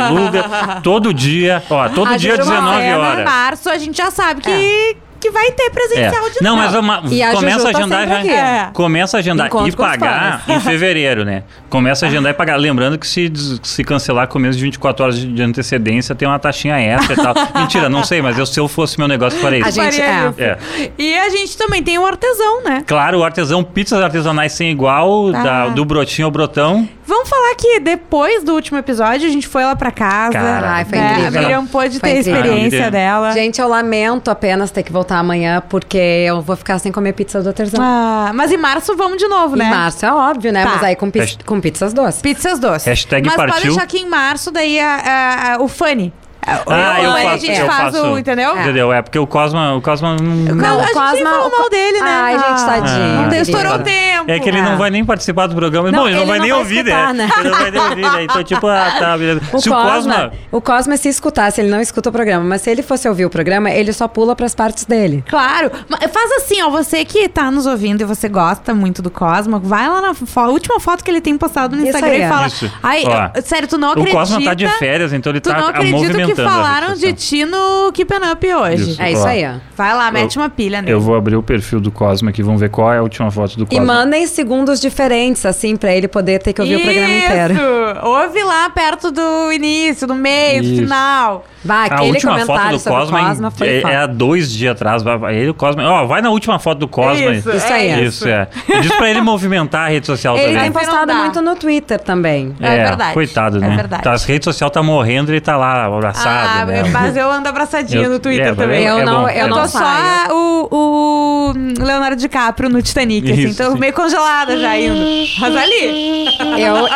Aluga todo dia, ó, todo A dia Juju 19 Marcela, horas. março, a gente já sabe que, É. que vai ter É. presencial de Não, novo. mas uma, E a começa a Juju tá agendar sempre já. aqui. É. Começa a agendar Encontro e com os pagar em fevereiro, né? Começa a agendar e pagar. Lembrando que se, des- se cancelar com menos de 24 horas de de antecedência, tem uma taxinha extra e tal. Mentira, não sei, mas eu, se eu fosse meu negócio, faria isso. A gente- Faria é. isso. E a gente também tem o artesão, né? Claro, o artesão, pizzas artesanais sem igual, Ah. da- do brotinho ao brotão. Vamos falar que depois do último episódio a gente foi lá pra casa. Cara, Ai, foi né? incrível. A Miriam pôde Foi ter a incrível. experiência Ah, Miriam. dela. Gente, eu lamento apenas ter que voltar amanhã, porque eu vou ficar sem comer pizza do artesão. Ah, mas em março vamos de novo, Em né? março é óbvio, né? Tá. Mas aí com, pi- Hasht- com pizzas doces. Pizzas doces. Hashtag mas pode partiu. deixar aqui em março, daí a- a- a- o funny. Ah, eu aí faço. a gente eu faz faço, o, entendeu? Entendeu? É porque o Cosma. O Cosma não. Não, Não, a gente Cosma- nem falou o Co- mal dele, né? Ai, gente, tadinho, Não deu, querido. estourou o tempo. É que ele não vai nem participar do programa. Não, Bom, ele não ele vai não nem vai ouvir, escutar, né? né? Ele não vai nem ouvir, né? Então, tipo, ah, tá, beleza. O Se Cosma, o Cosma. o Cosma, se escutasse, ele não escuta o programa, mas se ele fosse ouvir o programa, ele só pula pras partes dele. Claro. Mas Faz assim, ó. Você que tá nos ouvindo e você gosta muito do Cosmo, vai lá na fo- última foto que ele tem postado no Isso Instagram aí, e ó. fala. Isso. Ai, Ó, eu- sério, tu não O acredita. Cosma tá de férias, então ele Tu tá não ah, acredita movimentando. que a falaram de situação. ti no Keep It Up hoje. Isso. É isso Tipo, Ó. aí, ó. Vai lá, mete uma pilha nele. Eu vou abrir o perfil do Cosma aqui, vamos ver qual é a última foto do E Cosma. mandem segundos diferentes, assim, pra ele poder ter que ouvir o programa inteiro. Isso! Ouve lá perto do início, do meio, do Isso. final. Vai, a aquele última foto comentário do sobre Cosma, o em- Cosma foi é, foda. é há dois dias atrás. vai- vai- Ele, o Cosma. Ó, vai na última foto do Cosma. Isso aí, é. Isso, é. Eu disse pra ele movimentar a rede social Ele também. tem postado Não dá. muito no Twitter também. É verdade. Coitado, É né? verdade. Tá, as redes sociais tá morrendo e ele tá lá abraçado. ah, né? mas eu ando abraçadinha Eu- no Twitter é, também. é Eu não- bom, eu é Eu bom. não tô saio. só o, o Leonardo DiCaprio no Titanic, assim. Isso, Tô sim. meio congelada já indo. Mas ali.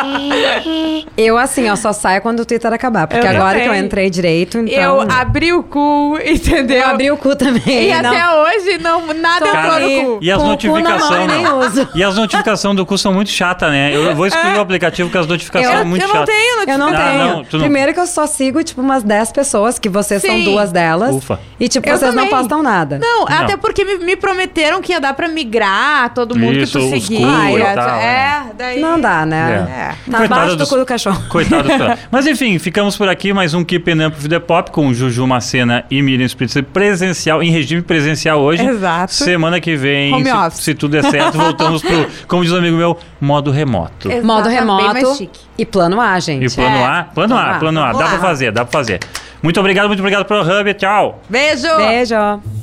Eu, eu, assim, ó, só saio quando o Twitter acabar. Porque Eu agora também. que eu entrei direito, Tá então... Eu abri o cu, entendeu? eu abri o cu também. E não. até hoje, não, nada é Tô Cara, entrou no aí. cu. E as Com o cu na notificações, mão, né? nem uso. E as notificações do cu são muito chatas, né? Eu vou excluir o aplicativo porque as notificações Eu- são muito É. eu não chatas. tenho Eu não Ah, notificação. tenho. não, tu não- Primeiro que eu só sigo, tipo, umas 10 pessoas, que vocês Sim. são duas delas. Ufa. E, tipo, Eu vocês também. não postam nada. Não, Não. até porque me, me prometeram que ia dar pra migrar todo mundo Isso, que os tu seguia. cu e tal, é, daí. Não dá, né? É. Tá Coitado abaixo do dos- cu do cachorro. Coitado do Fran. Mas enfim, ficamos por aqui. Mais um Keep It Up Vida Pop com Juju Macena e Miriam Spritzer presencial, em regime presencial hoje. Exato. Semana que vem, Home se, office. se tudo der certo, voltamos pro, como diz um amigo meu, modo remoto. Exato, tá Modo bem mais remoto chique. e plano A, E gente. o plano É. A? Plano A, plano A. Vamos Dá lá. pra fazer, dá pra fazer. Muito obrigado, muito obrigado pro Hub. Tchau. Beijo! Beijo.